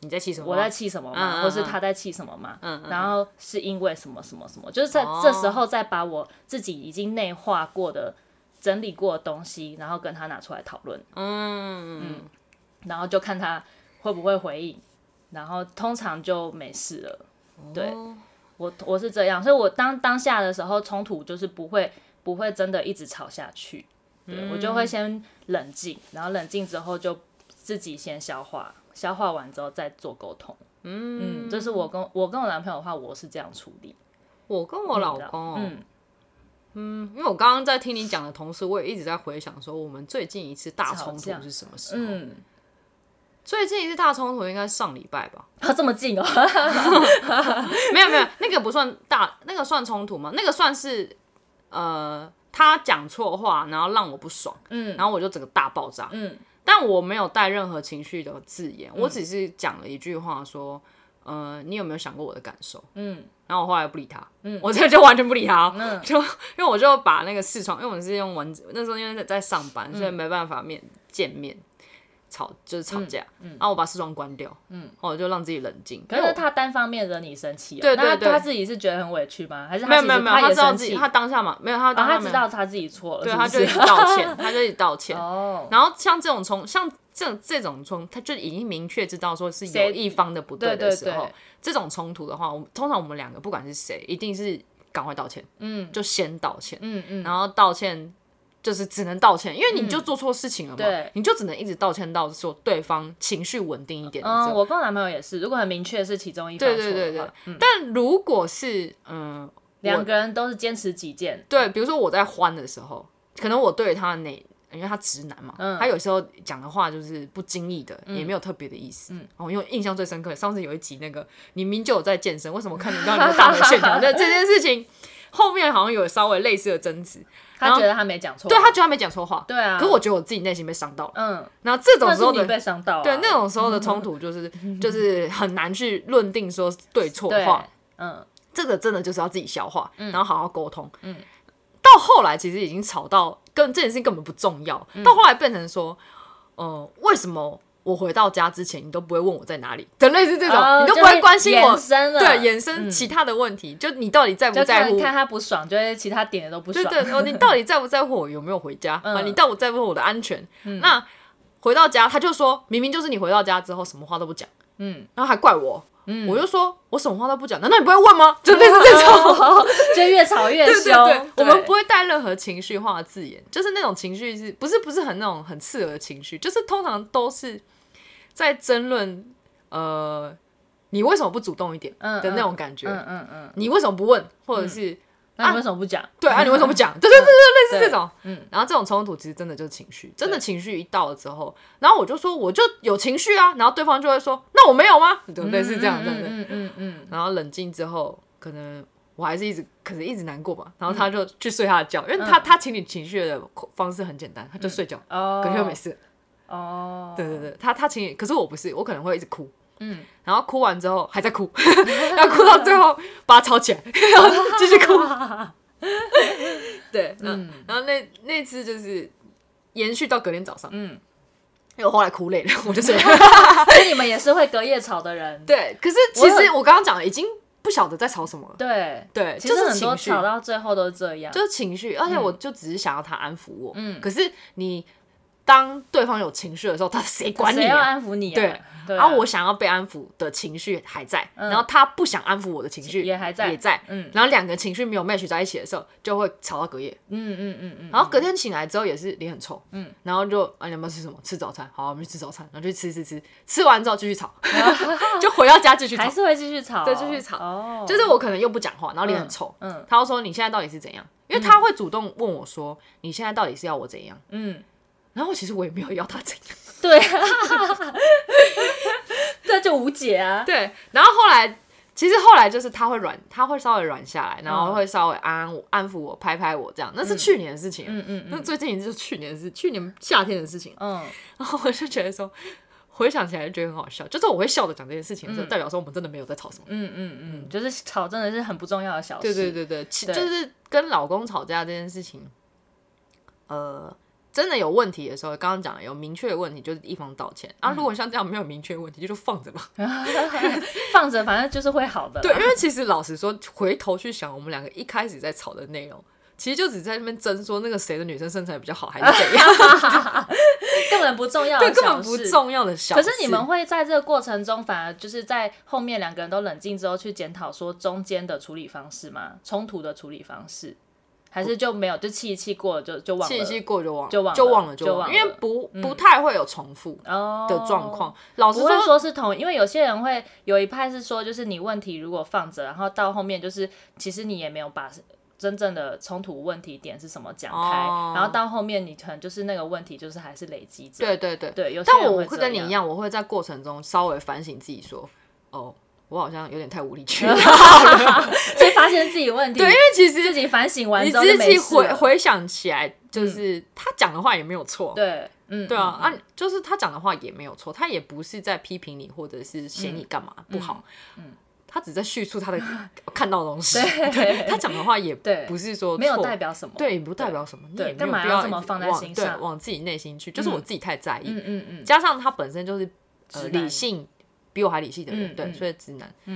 [SPEAKER 1] 你在气什么？
[SPEAKER 2] 我在气什么吗？
[SPEAKER 1] 嗯嗯
[SPEAKER 2] 或是
[SPEAKER 1] 嗯
[SPEAKER 2] 他在气什么吗？
[SPEAKER 1] 嗯嗯
[SPEAKER 2] 然后是因为什么什么什么，就是在、
[SPEAKER 1] 哦
[SPEAKER 2] 这时候再把我自己已经内化过的、整理过的东西，然后跟他拿出来讨论，
[SPEAKER 1] 哦嗯嗯
[SPEAKER 2] 然后就看他会不会回应，然后通常就没事了。对
[SPEAKER 1] 哦
[SPEAKER 2] 我我是这样，所以我当当下的时候冲突就是不会不会真的一直吵下去，对、我就会先冷静，然后冷静之后就自己先消化，消化完之后再做沟通。嗯，这是我跟我跟我男朋友的话，我是这样处理。
[SPEAKER 1] 我跟我老
[SPEAKER 2] 你知道
[SPEAKER 1] 公哦，
[SPEAKER 2] 嗯，
[SPEAKER 1] 因为我刚刚在听你讲的同时，我也一直在回想说，我们最近一次大冲
[SPEAKER 2] 吵架
[SPEAKER 1] 突是什么时候？
[SPEAKER 2] 嗯，
[SPEAKER 1] 最近一次大冲突应该是上礼拜吧？
[SPEAKER 2] 他这么近哦，
[SPEAKER 1] 没有没有，那个不算大，那个算冲突吗？那个算是呃，他讲错话，然后让我不爽，
[SPEAKER 2] 嗯
[SPEAKER 1] 然后我就整个大爆炸。
[SPEAKER 2] 嗯，
[SPEAKER 1] 但我没有带任何情绪的字眼，我只是讲了一句话说，呃，你有没有想过我的感受？
[SPEAKER 2] 嗯
[SPEAKER 1] 然后我后来不理他，我这就完全不理他哦，
[SPEAKER 2] 嗯
[SPEAKER 1] 就因为我就把那个视窗，因为我们是用文字，那时候因为在在上班，
[SPEAKER 2] 嗯
[SPEAKER 1] 所以没办法面见面吵，就是吵架，然后我把视窗关掉，嗯，然后我就让自己冷静。
[SPEAKER 2] 嗯可
[SPEAKER 1] 因为
[SPEAKER 2] 是
[SPEAKER 1] 我
[SPEAKER 2] 他单方面惹你生气、哦，
[SPEAKER 1] 对对
[SPEAKER 2] 那
[SPEAKER 1] 对
[SPEAKER 2] 他自己是觉得很委屈吗？还是
[SPEAKER 1] 没
[SPEAKER 2] 他
[SPEAKER 1] 有
[SPEAKER 2] 其
[SPEAKER 1] 没有
[SPEAKER 2] 实
[SPEAKER 1] 没有，他
[SPEAKER 2] 也
[SPEAKER 1] 知道
[SPEAKER 2] 生
[SPEAKER 1] 自
[SPEAKER 2] 气，
[SPEAKER 1] 己，他当下嘛没有他
[SPEAKER 2] 然
[SPEAKER 1] 当
[SPEAKER 2] 后
[SPEAKER 1] 下
[SPEAKER 2] 他
[SPEAKER 1] 没
[SPEAKER 2] 知
[SPEAKER 1] 有，
[SPEAKER 2] 道他自己错了，
[SPEAKER 1] 对，
[SPEAKER 2] 是
[SPEAKER 1] 他
[SPEAKER 2] 不
[SPEAKER 1] 就一
[SPEAKER 2] 是
[SPEAKER 1] 直 道歉，他就一直道歉。
[SPEAKER 2] 哦，
[SPEAKER 1] 然后像这种冲，像这这种冲，他就已经明确知道说是有
[SPEAKER 2] 谁
[SPEAKER 1] 一方的不
[SPEAKER 2] 对
[SPEAKER 1] 的
[SPEAKER 2] 对
[SPEAKER 1] 时候，
[SPEAKER 2] 对
[SPEAKER 1] 这种冲突的话，我们通常我们两个不管是谁，一定是赶快道歉，
[SPEAKER 2] 嗯
[SPEAKER 1] 就先道歉，
[SPEAKER 2] 嗯嗯，
[SPEAKER 1] 然后道歉就是只能道歉，因为你就做错事情了嘛，
[SPEAKER 2] 对
[SPEAKER 1] 你就只能一直道歉到说对方情绪稳定一点的时
[SPEAKER 2] 嗯，
[SPEAKER 1] 候。
[SPEAKER 2] 我跟我男朋友也是，如果很明确是其中一方
[SPEAKER 1] 对
[SPEAKER 2] 错的
[SPEAKER 1] 对
[SPEAKER 2] 话，
[SPEAKER 1] 对对，
[SPEAKER 2] 嗯，
[SPEAKER 1] 但如果是嗯，
[SPEAKER 2] 两个人都是坚持己见，
[SPEAKER 1] 对，比如说我在欢的时候，可能我对他那，因为他直男嘛，
[SPEAKER 2] 嗯
[SPEAKER 1] 他有时候讲的话就是不经意的，也没有特别的意思。嗯，哦，因为我印象最深刻，上次有一集那个你明明就有在健身，为什么看不到你的大腿线条？ 就这件事情后面好像有稍微类似的争执，
[SPEAKER 2] 他觉得他没讲错，
[SPEAKER 1] 对他觉得他没讲错话，
[SPEAKER 2] 对啊，
[SPEAKER 1] 可我觉得我自己内心被伤到了。
[SPEAKER 2] 嗯，
[SPEAKER 1] 然后这种
[SPEAKER 2] 那
[SPEAKER 1] 时
[SPEAKER 2] 是
[SPEAKER 1] 候
[SPEAKER 2] 你
[SPEAKER 1] 的
[SPEAKER 2] 被伤到啊，
[SPEAKER 1] 对那种时候的冲
[SPEAKER 2] 嗯
[SPEAKER 1] 突，就是就是很难去论定说对错
[SPEAKER 2] 对
[SPEAKER 1] 话。，
[SPEAKER 2] 嗯
[SPEAKER 1] 这个真的就是要自己消化，然后好好沟通。嗯，到后来其实已经吵到跟这件事情根本不重要，
[SPEAKER 2] 嗯
[SPEAKER 1] 到后来变成说，呃，为什么我回到家之前你都不会问我在哪里？的类似这种，
[SPEAKER 2] 哦
[SPEAKER 1] 你都不会关心我
[SPEAKER 2] 就是衍，生了，嗯
[SPEAKER 1] 对，衍生其他的问题，就你到底在不
[SPEAKER 2] 就
[SPEAKER 1] 在
[SPEAKER 2] 看
[SPEAKER 1] 乎？
[SPEAKER 2] 看他不爽，就会其他点也都不
[SPEAKER 1] 对
[SPEAKER 2] 爽，
[SPEAKER 1] 对，哦，你到底在不在乎我有没有回家？啊，
[SPEAKER 2] 嗯
[SPEAKER 1] 你在不在乎我的安全？那回到家，他就说明明就是你回到家之后什么话都不讲，
[SPEAKER 2] 嗯，
[SPEAKER 1] 然后还怪我，嗯，我就说我什么话都不讲，难道你不会问 吗？就类似这种，
[SPEAKER 2] 就越吵越
[SPEAKER 1] 对
[SPEAKER 2] 凶。
[SPEAKER 1] 对对，我们不
[SPEAKER 2] 会
[SPEAKER 1] 会带任何情绪化的字眼，就是那种情绪是不是不是很那种很刺耳的情绪，就是通常都是在争论，呃，你为什么不主动一点
[SPEAKER 2] 嗯
[SPEAKER 1] 的那种感觉，
[SPEAKER 2] 嗯嗯嗯，
[SPEAKER 1] 你为什么不问，或者是、
[SPEAKER 2] 那你为什么不讲？
[SPEAKER 1] 对啊，你为什么不 讲？对对对对，类似
[SPEAKER 2] 对
[SPEAKER 1] 这种。
[SPEAKER 2] 嗯
[SPEAKER 1] 然后这种冲突其实真的就是情绪，真的
[SPEAKER 2] 对
[SPEAKER 1] 情绪一到了之后，然后我就说我就有情绪啊，然后对方就会说那我没有吗？对，类似这样，对对。
[SPEAKER 2] 嗯嗯嗯
[SPEAKER 1] 然后冷静之后，可能我还是一直可能一直难过吧，
[SPEAKER 2] 嗯
[SPEAKER 1] 然后他就去睡他的觉，因为他他清理情绪的方式很简单，他就睡觉，
[SPEAKER 2] 嗯，哦，
[SPEAKER 1] 可能就没事。
[SPEAKER 2] 哦，
[SPEAKER 1] 对对对，他他情理，可是我不是，我可能会一直哭。
[SPEAKER 2] 嗯，
[SPEAKER 1] 然后哭完之后还在哭， 要哭到最后把他抄起来，然后继续 哭。对，嗯，然后那那次就是延续到隔天早上，
[SPEAKER 2] 嗯，
[SPEAKER 1] 因为我后来哭累了，我就 睡了。
[SPEAKER 2] 所以你们也是会隔夜吵的人。
[SPEAKER 1] 对，可是其
[SPEAKER 2] 我
[SPEAKER 1] 实
[SPEAKER 2] 有
[SPEAKER 1] 我刚刚讲的已经不晓得在吵什么了，
[SPEAKER 2] 对，
[SPEAKER 1] 对，
[SPEAKER 2] 其
[SPEAKER 1] 就
[SPEAKER 2] 实
[SPEAKER 1] 是
[SPEAKER 2] 很多
[SPEAKER 1] 情绪，
[SPEAKER 2] 吵到最后都是这样。
[SPEAKER 1] 就是情绪，而且我就只是想要他安抚我，
[SPEAKER 2] 嗯
[SPEAKER 1] 可是你当对方有情绪的时候，他谁管你
[SPEAKER 2] 谁要
[SPEAKER 1] 啊？
[SPEAKER 2] 安抚你啊？
[SPEAKER 1] 对
[SPEAKER 2] 对
[SPEAKER 1] 然
[SPEAKER 2] 啊，
[SPEAKER 1] 后我想要被安抚的情绪还在，
[SPEAKER 2] 嗯
[SPEAKER 1] 然后他不想安抚我的情绪
[SPEAKER 2] 也还在
[SPEAKER 1] 也在，
[SPEAKER 2] 嗯
[SPEAKER 1] 然后两个情绪没有 match 在一起的时候，就会吵到隔夜。
[SPEAKER 2] 嗯嗯嗯嗯，
[SPEAKER 1] 然后隔天醒来之后也是脸很臭，
[SPEAKER 2] 嗯
[SPEAKER 1] 嗯，然后就啊你要不要吃什么？吃早餐，好，我们去吃早餐，然后去吃吃吃，吃完之后继续吵， 就回到家继续吵
[SPEAKER 2] 还，是会继续吵，
[SPEAKER 1] 对继续吵
[SPEAKER 2] 哦，
[SPEAKER 1] 就是我可能又不讲话，然后脸很臭，
[SPEAKER 2] 嗯
[SPEAKER 1] 他就说你现在到底是怎样？因为他会主动问我说你现在到底是要我怎样？
[SPEAKER 2] 嗯，
[SPEAKER 1] 然后其实我也没有要他怎样，
[SPEAKER 2] 对， 这就无解啊。
[SPEAKER 1] 对，然后后来。其实后来就是他会软，他会稍微软下来，然后会稍微安安我、安抚我、拍拍我这样。那是去年的事情，
[SPEAKER 2] 嗯
[SPEAKER 1] 啊
[SPEAKER 2] 嗯嗯
[SPEAKER 1] 那最近就是去年是去年夏天的事情。
[SPEAKER 2] 嗯，
[SPEAKER 1] 然后我就觉得说，回想起来就觉得很好笑，就是我会笑着讲这件事情的时候，代表说我们真的没有在吵什么。
[SPEAKER 2] 嗯嗯嗯，就是吵真的是很不重要的小
[SPEAKER 1] 对
[SPEAKER 2] 事。
[SPEAKER 1] 对对对，其
[SPEAKER 2] 对
[SPEAKER 1] 就是跟老公吵架这件事情，呃，真的有问题的时候，刚刚讲的有明确的问题，就是一方道歉。啊，
[SPEAKER 2] 嗯
[SPEAKER 1] 如果像这样没有明确的问题，就放着吧。
[SPEAKER 2] 放着反正就是会好的啦。
[SPEAKER 1] 对，因为其实老实说，回头去想，我们两个一开始在吵的内容。其实就只在那边争说那个谁的女生身材比较好，还是 怎样，
[SPEAKER 2] 根本不重要的
[SPEAKER 1] 对，
[SPEAKER 2] 小事，
[SPEAKER 1] 根本不重要的小
[SPEAKER 2] 可
[SPEAKER 1] 事。
[SPEAKER 2] 是你们会在这个过程中，反而就是在后面两个人都冷静之后去检讨说中间的处理方式吗？冲突的处理方式，还是就没有就气一气过了就就忘了
[SPEAKER 1] 气一气过就忘了，
[SPEAKER 2] 就忘了
[SPEAKER 1] 就忘了，
[SPEAKER 2] 就
[SPEAKER 1] 就忘
[SPEAKER 2] 忘
[SPEAKER 1] 了，
[SPEAKER 2] 了
[SPEAKER 1] 因为不不太会有重复
[SPEAKER 2] 哦
[SPEAKER 1] 的状况。。老实
[SPEAKER 2] 不会
[SPEAKER 1] 说，
[SPEAKER 2] 说是同，因为有些人会有一派是说，就是你问题如果放着，然后到后面就是其实你也没有把真正的冲突问题点是什么讲开，
[SPEAKER 1] 哦
[SPEAKER 2] 然后到后面你可能就是那个问题就是还是累积着。
[SPEAKER 1] 对对对，
[SPEAKER 2] 对，有些
[SPEAKER 1] 但
[SPEAKER 2] 人
[SPEAKER 1] 我
[SPEAKER 2] 会
[SPEAKER 1] 会
[SPEAKER 2] 这
[SPEAKER 1] 跟你一
[SPEAKER 2] 样。
[SPEAKER 1] 样，我会在过程中稍微反省自己，说，哦，我好像有点太无理取 闹了。
[SPEAKER 2] 所以发现自己问题，
[SPEAKER 1] 对，因为其
[SPEAKER 2] 自
[SPEAKER 1] 实
[SPEAKER 2] 己反省完
[SPEAKER 1] 你
[SPEAKER 2] 之后就
[SPEAKER 1] 自
[SPEAKER 2] 没
[SPEAKER 1] 己
[SPEAKER 2] 事
[SPEAKER 1] 回
[SPEAKER 2] 了。嗯
[SPEAKER 1] 回想起来，就是他讲的话也没有错，
[SPEAKER 2] 对，嗯，
[SPEAKER 1] 对啊，
[SPEAKER 2] 嗯，
[SPEAKER 1] 啊，就是他讲的话也没有错，他也不是在批评你或者是嫌你
[SPEAKER 2] 嗯
[SPEAKER 1] 干嘛不好， 他只在叙述他的 看到的东西，对他讲的话也
[SPEAKER 2] 对
[SPEAKER 1] 不是说
[SPEAKER 2] 嗯没有
[SPEAKER 1] 错
[SPEAKER 2] 代表什么。，
[SPEAKER 1] 对，也不代表什么，你
[SPEAKER 2] 对
[SPEAKER 1] 也没
[SPEAKER 2] 干
[SPEAKER 1] 有
[SPEAKER 2] 嘛
[SPEAKER 1] 必
[SPEAKER 2] 要
[SPEAKER 1] 要
[SPEAKER 2] 这
[SPEAKER 1] 一
[SPEAKER 2] 么
[SPEAKER 1] 直
[SPEAKER 2] 放在
[SPEAKER 1] 往
[SPEAKER 2] 心
[SPEAKER 1] 对
[SPEAKER 2] 上
[SPEAKER 1] 往自己内心去，就是我自己太在意，
[SPEAKER 2] 嗯嗯嗯，
[SPEAKER 1] 加上他本身就是、呃、
[SPEAKER 2] 直男
[SPEAKER 1] 理性比我还理性的人，
[SPEAKER 2] 嗯
[SPEAKER 1] 对，
[SPEAKER 2] 嗯
[SPEAKER 1] 所以直男。
[SPEAKER 2] 嗯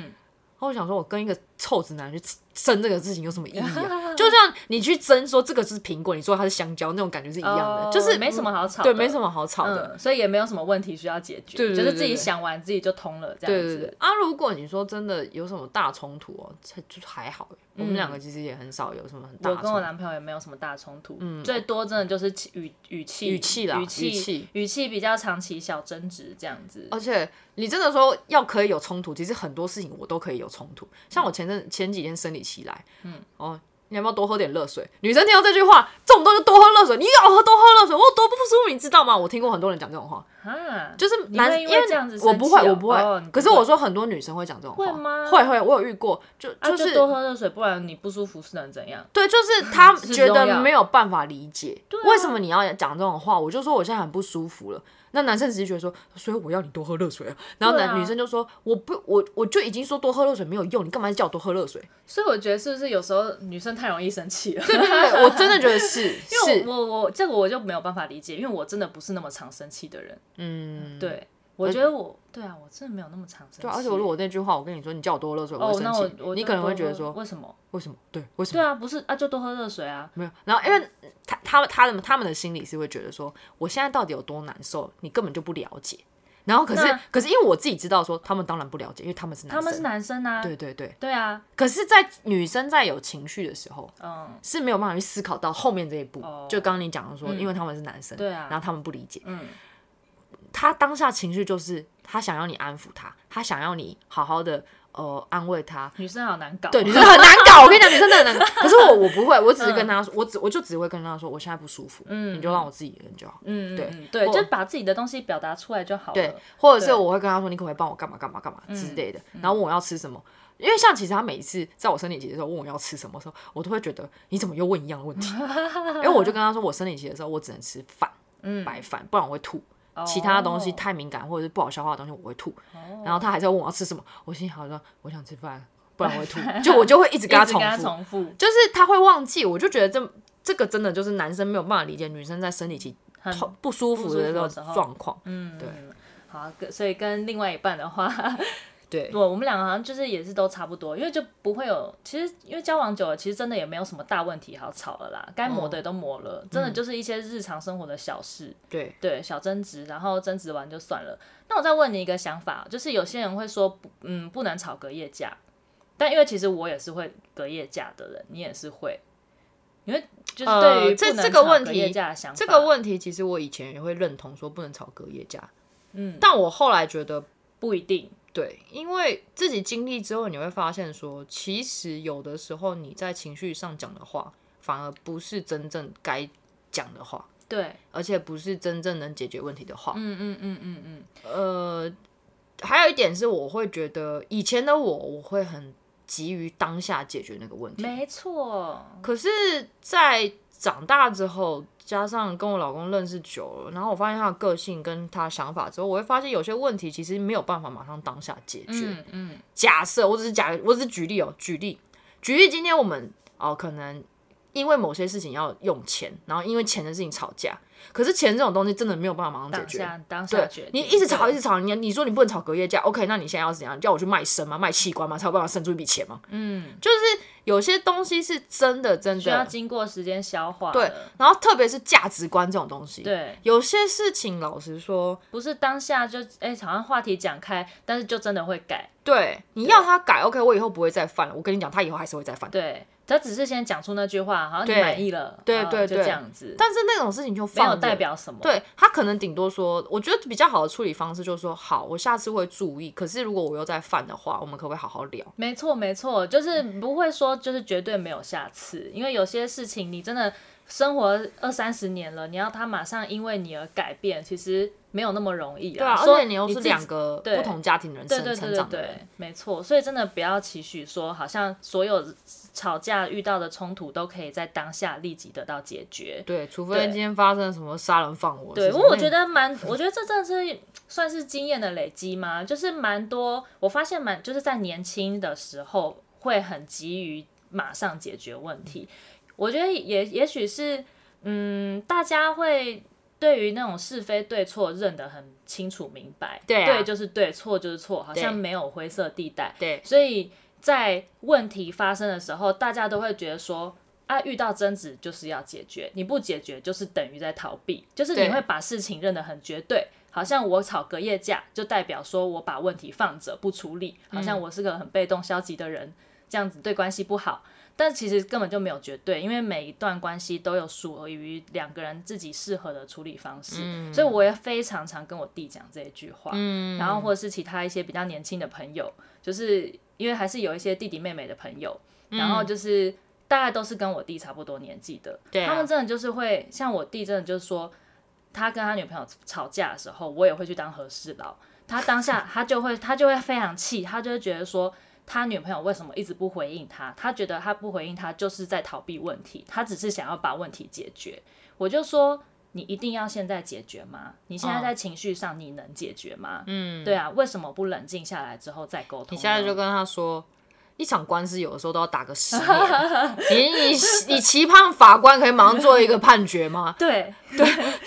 [SPEAKER 1] 然后我想说，我跟一个臭直男去争这个事情有什么意义 啊？就像你去争说这个是苹果，你说它是香蕉，那种感觉是一样的，
[SPEAKER 2] 哦
[SPEAKER 1] 就是
[SPEAKER 2] 没什么好吵的，
[SPEAKER 1] 对，没什么好吵的。
[SPEAKER 2] 嗯，所以也没有什么问题需要解决，
[SPEAKER 1] 对对对
[SPEAKER 2] 就是自
[SPEAKER 1] 对
[SPEAKER 2] 己
[SPEAKER 1] 对
[SPEAKER 2] 想完自己就通了，这
[SPEAKER 1] 对
[SPEAKER 2] 样
[SPEAKER 1] 对对
[SPEAKER 2] 子。
[SPEAKER 1] 啊！如果你说真的有什么大冲突哦，这就还好耶。我们两个其实也很少有什么很大
[SPEAKER 2] 嗯我
[SPEAKER 1] 的冲
[SPEAKER 2] 跟我
[SPEAKER 1] 突。
[SPEAKER 2] 男朋友也没有什么大冲突，最多真的就是气语语气、
[SPEAKER 1] 语气啦
[SPEAKER 2] 语
[SPEAKER 1] 语气哦
[SPEAKER 2] 气、语气比较长期小争执这样子。
[SPEAKER 1] 而且你真的说要可以有冲突，其实很多事情我都可以有冲突。像我前阵前几天生理期来，嗯，哦，你要不要多喝点热水？女生听到这句话，这种东西多喝热水，你要喝多喝热水，我有多不舒服，你知道吗？我听过很多人讲这种话，
[SPEAKER 2] 啊，
[SPEAKER 1] 就是
[SPEAKER 2] 你
[SPEAKER 1] 男，
[SPEAKER 2] 会因为
[SPEAKER 1] 为
[SPEAKER 2] 这样子
[SPEAKER 1] 我
[SPEAKER 2] 生
[SPEAKER 1] 不
[SPEAKER 2] 气
[SPEAKER 1] 会，
[SPEAKER 2] 哦
[SPEAKER 1] 我不会。
[SPEAKER 2] 哦你
[SPEAKER 1] 可
[SPEAKER 2] 不
[SPEAKER 1] 是
[SPEAKER 2] 会
[SPEAKER 1] 我说很多女生会讲这种话，
[SPEAKER 2] 会吗
[SPEAKER 1] 会会，我有遇过，就
[SPEAKER 2] 啊
[SPEAKER 1] 是、
[SPEAKER 2] 就多喝热水，不然你不舒服是能怎样？
[SPEAKER 1] 对， 就是他觉
[SPEAKER 2] 重
[SPEAKER 1] 得
[SPEAKER 2] 要
[SPEAKER 1] 没有办法理解，
[SPEAKER 2] 啊
[SPEAKER 1] 为什么你要讲这种话？我就说我现在很不舒服了。那男生直接觉得说，所以我要你多喝热水啊。然后
[SPEAKER 2] 对
[SPEAKER 1] 男、
[SPEAKER 2] 啊
[SPEAKER 1] 女生就说，我不，我我就已经说多喝热水没有用，你干嘛叫我多喝热 水？
[SPEAKER 2] 所以我觉得是不是有时候女生太容易生 气了？
[SPEAKER 1] 对对对，我真的觉得是
[SPEAKER 2] 因为
[SPEAKER 1] 是，
[SPEAKER 2] 我我我这个我就没有办法理解，因为我真的不是那么常生气的人。
[SPEAKER 1] 嗯，
[SPEAKER 2] 对，我觉得我对啊，我真的没有那么常生气。
[SPEAKER 1] 对。而且我如果那句话我跟你说，你叫我多喝热水，
[SPEAKER 2] 哦
[SPEAKER 1] 会，生
[SPEAKER 2] 那
[SPEAKER 1] 气。
[SPEAKER 2] 我我
[SPEAKER 1] 你
[SPEAKER 2] 就
[SPEAKER 1] 可能会
[SPEAKER 2] 多
[SPEAKER 1] 觉得
[SPEAKER 2] 喝
[SPEAKER 1] 说，
[SPEAKER 2] 为什么？
[SPEAKER 1] 为什么？对，为什么？
[SPEAKER 2] 对啊，不是啊，就多喝热水啊。
[SPEAKER 1] 没有。然后因为他他们他们他们的心里是会觉得说，我现在到底有多难受，你根本就不了解。然后可是
[SPEAKER 2] 那
[SPEAKER 1] 可是因为我自己知道说，他们当然不了解，因为他们是男
[SPEAKER 2] 他
[SPEAKER 1] 生，
[SPEAKER 2] 们是男生啊，
[SPEAKER 1] 对对对。
[SPEAKER 2] 对啊，
[SPEAKER 1] 可是，在女生在有情绪的时候，
[SPEAKER 2] 嗯，
[SPEAKER 1] 是没有办法去思考到后面这一步。
[SPEAKER 2] 哦
[SPEAKER 1] 就刚刚你讲的说，因为他们是男生，
[SPEAKER 2] 对啊
[SPEAKER 1] 然后他们不理解，
[SPEAKER 2] 嗯，
[SPEAKER 1] 他当下情绪就是他想要你安抚他，他想要你好好的呃安慰他。
[SPEAKER 2] 女生好难搞，
[SPEAKER 1] 对，女生很难搞，我跟你讲，女生真的很难搞。可是我我不会，我只是跟他说，我只我就只会跟他说，我现在不舒服，
[SPEAKER 2] 嗯
[SPEAKER 1] 你就让我自己一个人就好。
[SPEAKER 2] 嗯，嗯，
[SPEAKER 1] 对
[SPEAKER 2] 嗯对，
[SPEAKER 1] 或
[SPEAKER 2] 就把自己的东西表达出来就好了，
[SPEAKER 1] 对，或者是
[SPEAKER 2] 对嗯
[SPEAKER 1] 我会跟他说，你可不可以帮我干嘛干嘛干嘛之类的，然后问我要吃什么。因为像其实他每一次在我生理期的时候问我要吃什么的时候，我都会觉得你怎么又问一样的问 题？因为我就跟他说，我生理期的时候我只能吃饭，
[SPEAKER 2] 嗯
[SPEAKER 1] 白饭，不然我会吐。
[SPEAKER 2] 哦
[SPEAKER 1] 其他东西太敏感或者是不好消化的东西我会吐。然后他还是要问我要吃什么，我心里想说我想吃饭，不然我会 吐。就我就会一直跟他
[SPEAKER 2] 一直
[SPEAKER 1] 重
[SPEAKER 2] 跟他
[SPEAKER 1] 复，
[SPEAKER 2] 重复，
[SPEAKER 1] 就是他会忘记。我就觉得这这个真的就是男生没有办法理解女生在生理期
[SPEAKER 2] 很
[SPEAKER 1] 痛不舒服的
[SPEAKER 2] 不舒服
[SPEAKER 1] 那
[SPEAKER 2] 的时
[SPEAKER 1] 种
[SPEAKER 2] 候
[SPEAKER 1] 状况。
[SPEAKER 2] 嗯，
[SPEAKER 1] 对
[SPEAKER 2] 嗯。好，跟所以跟另外一半的话，
[SPEAKER 1] 对
[SPEAKER 2] 我我们两个好像就是也是都差不多，因为就不会有，其实因为交往久了，其实真的也没有什么大问题好吵了啦，该磨的
[SPEAKER 1] 嗯
[SPEAKER 2] 也都磨了，真的就是一些日常生活的小事。
[SPEAKER 1] 对，
[SPEAKER 2] 对小争执，然后争执完就算了。那我再问你一个想法，就是有些人会说不，嗯，不能吵隔夜架，但因为其实我也是会隔夜架的人，你也是会，因为就是
[SPEAKER 1] 呃
[SPEAKER 2] 对于
[SPEAKER 1] 这
[SPEAKER 2] 不能
[SPEAKER 1] 这个
[SPEAKER 2] 吵
[SPEAKER 1] 问
[SPEAKER 2] 隔
[SPEAKER 1] 题
[SPEAKER 2] 夜架的想法，
[SPEAKER 1] 这个问题其实我以前也会认同说不能吵隔夜架，
[SPEAKER 2] 嗯
[SPEAKER 1] 但我后来觉得
[SPEAKER 2] 不一定，
[SPEAKER 1] 对，因为自己经历之后，你会发现说，其实有的时候你在情绪上讲的话，反而不是真正该讲的话，
[SPEAKER 2] 对，
[SPEAKER 1] 而且不是真正能解决问题的话。
[SPEAKER 2] 嗯嗯嗯嗯嗯，
[SPEAKER 1] 呃，还有一点是，我会觉得以前的我，我会很急于当下解决那个问题。
[SPEAKER 2] 没错，
[SPEAKER 1] 可是，在长大之后，加上跟我老公认识久了，然后我发现他的个性跟他的想法之后，我会发现有些问题其实没有办法马上当下解决。
[SPEAKER 2] 嗯嗯
[SPEAKER 1] 假设，我只是假，我只是举例哦，举例，举例，今天我们哦，可能因为某些事情要用钱，然后因为钱的事情吵架，可是钱这种东西真的没有办法马上解
[SPEAKER 2] 当
[SPEAKER 1] 决。
[SPEAKER 2] 下当下
[SPEAKER 1] 对
[SPEAKER 2] 决定，
[SPEAKER 1] 你一直吵，一
[SPEAKER 2] 直
[SPEAKER 1] 直吵，你你说你不能吵隔夜架，OK？那你现在要怎样？叫我去卖身吗？卖器官吗？才有办法生出一笔钱吗？
[SPEAKER 2] 嗯，
[SPEAKER 1] 就是有些东西是真的，真
[SPEAKER 2] 需要
[SPEAKER 1] 的。
[SPEAKER 2] 经过时间消化
[SPEAKER 1] 对
[SPEAKER 2] 的，
[SPEAKER 1] 然后特别是价值观这种东西，
[SPEAKER 2] 对，
[SPEAKER 1] 有些事情老实说，
[SPEAKER 2] 不是当下就哎、好像话题讲开，但是就真的会改，
[SPEAKER 1] 对，你要他改，OK，我以后不会再犯了。我跟你讲，他以后还是会再犯。
[SPEAKER 2] 对，他只是先讲出那句话，好像你
[SPEAKER 1] 对
[SPEAKER 2] 满意了，
[SPEAKER 1] 对
[SPEAKER 2] 嗯
[SPEAKER 1] 对
[SPEAKER 2] 就
[SPEAKER 1] 对
[SPEAKER 2] 这样子，
[SPEAKER 1] 但是那种事情就
[SPEAKER 2] 没
[SPEAKER 1] 放
[SPEAKER 2] 有
[SPEAKER 1] 着
[SPEAKER 2] 代表什么。，
[SPEAKER 1] 对他可能顶多说，我觉得比较好的处理方式就是说，好，我下次会注意。可是如果我又再犯的话，我们可不可以好好聊？
[SPEAKER 2] 没错没错，就是不会说就是绝对没有下次，因为有些事情你真的生活二三十年了，你要他马上因为你而改变，其实没有那么容易
[SPEAKER 1] 对啊，
[SPEAKER 2] 说
[SPEAKER 1] 而且你又是
[SPEAKER 2] 自己
[SPEAKER 1] 两个
[SPEAKER 2] 对
[SPEAKER 1] 不同家庭人
[SPEAKER 2] 对
[SPEAKER 1] 生
[SPEAKER 2] 对对
[SPEAKER 1] 成
[SPEAKER 2] 对
[SPEAKER 1] 长的人，
[SPEAKER 2] 对，没错，所以真的不要期许说，好像所有吵架遇到的冲突都可以在当下立即得到解决。
[SPEAKER 1] 对，除非
[SPEAKER 2] 对
[SPEAKER 1] 今天发生了什么杀人放火的
[SPEAKER 2] 对，
[SPEAKER 1] 事
[SPEAKER 2] 因
[SPEAKER 1] 情，
[SPEAKER 2] 为我
[SPEAKER 1] 那
[SPEAKER 2] 觉得蛮，我觉得这真的是算是经验的累积嘛，就是蛮多，我发现蛮就是在年轻的时候会很急于马上解决问题，我觉得也也许是，嗯，大家会。对于那种是非对错认得很清楚明白，
[SPEAKER 1] 对啊
[SPEAKER 2] 就是对，错就是错，好
[SPEAKER 1] 对
[SPEAKER 2] 像没有灰色地带。
[SPEAKER 1] 对
[SPEAKER 2] 所以在问题发生的时候，大家都会觉得说。啊，遇到争执就是要解决，你不解决就是等于在逃避，就是你
[SPEAKER 1] 对
[SPEAKER 2] 会把事情认得很绝对，好像我吵隔夜架就代表说我把问题放着不处理，好像我是个很被动消极的人，这样子对关系不好。但其实根本就没有绝对，因为每一段关系都有属于两个人自己适合的处理方式，所以我也非常常跟我弟讲这一句话，然
[SPEAKER 1] 嗯
[SPEAKER 2] 后或者是其他一些比较年轻的朋友，就是因为还是有一些弟弟妹妹的朋友，然后就是大概都是跟我弟差不多年纪的，
[SPEAKER 1] 嗯对啊
[SPEAKER 2] 他们真的就是会像我弟，真的就是说，他跟他女朋友吵架的时候，我也会去当和事佬。他当下他就会他就会非常气，他就会觉得说。他女朋友为什么一直不回应他？他觉得他不回应他就是在逃避问题，他只是想要把问题解决。我就说，你一定要现在解决吗？你现
[SPEAKER 1] 嗯
[SPEAKER 2] 在在情绪上你能解决吗？嗯，对啊，为什么不冷静下来之后再沟通呢？
[SPEAKER 1] 你现在就跟他说，一场官司有的时候都要打个 十年。你你 你期盼法官可以马上做一个判决 吗？
[SPEAKER 2] 对
[SPEAKER 1] 就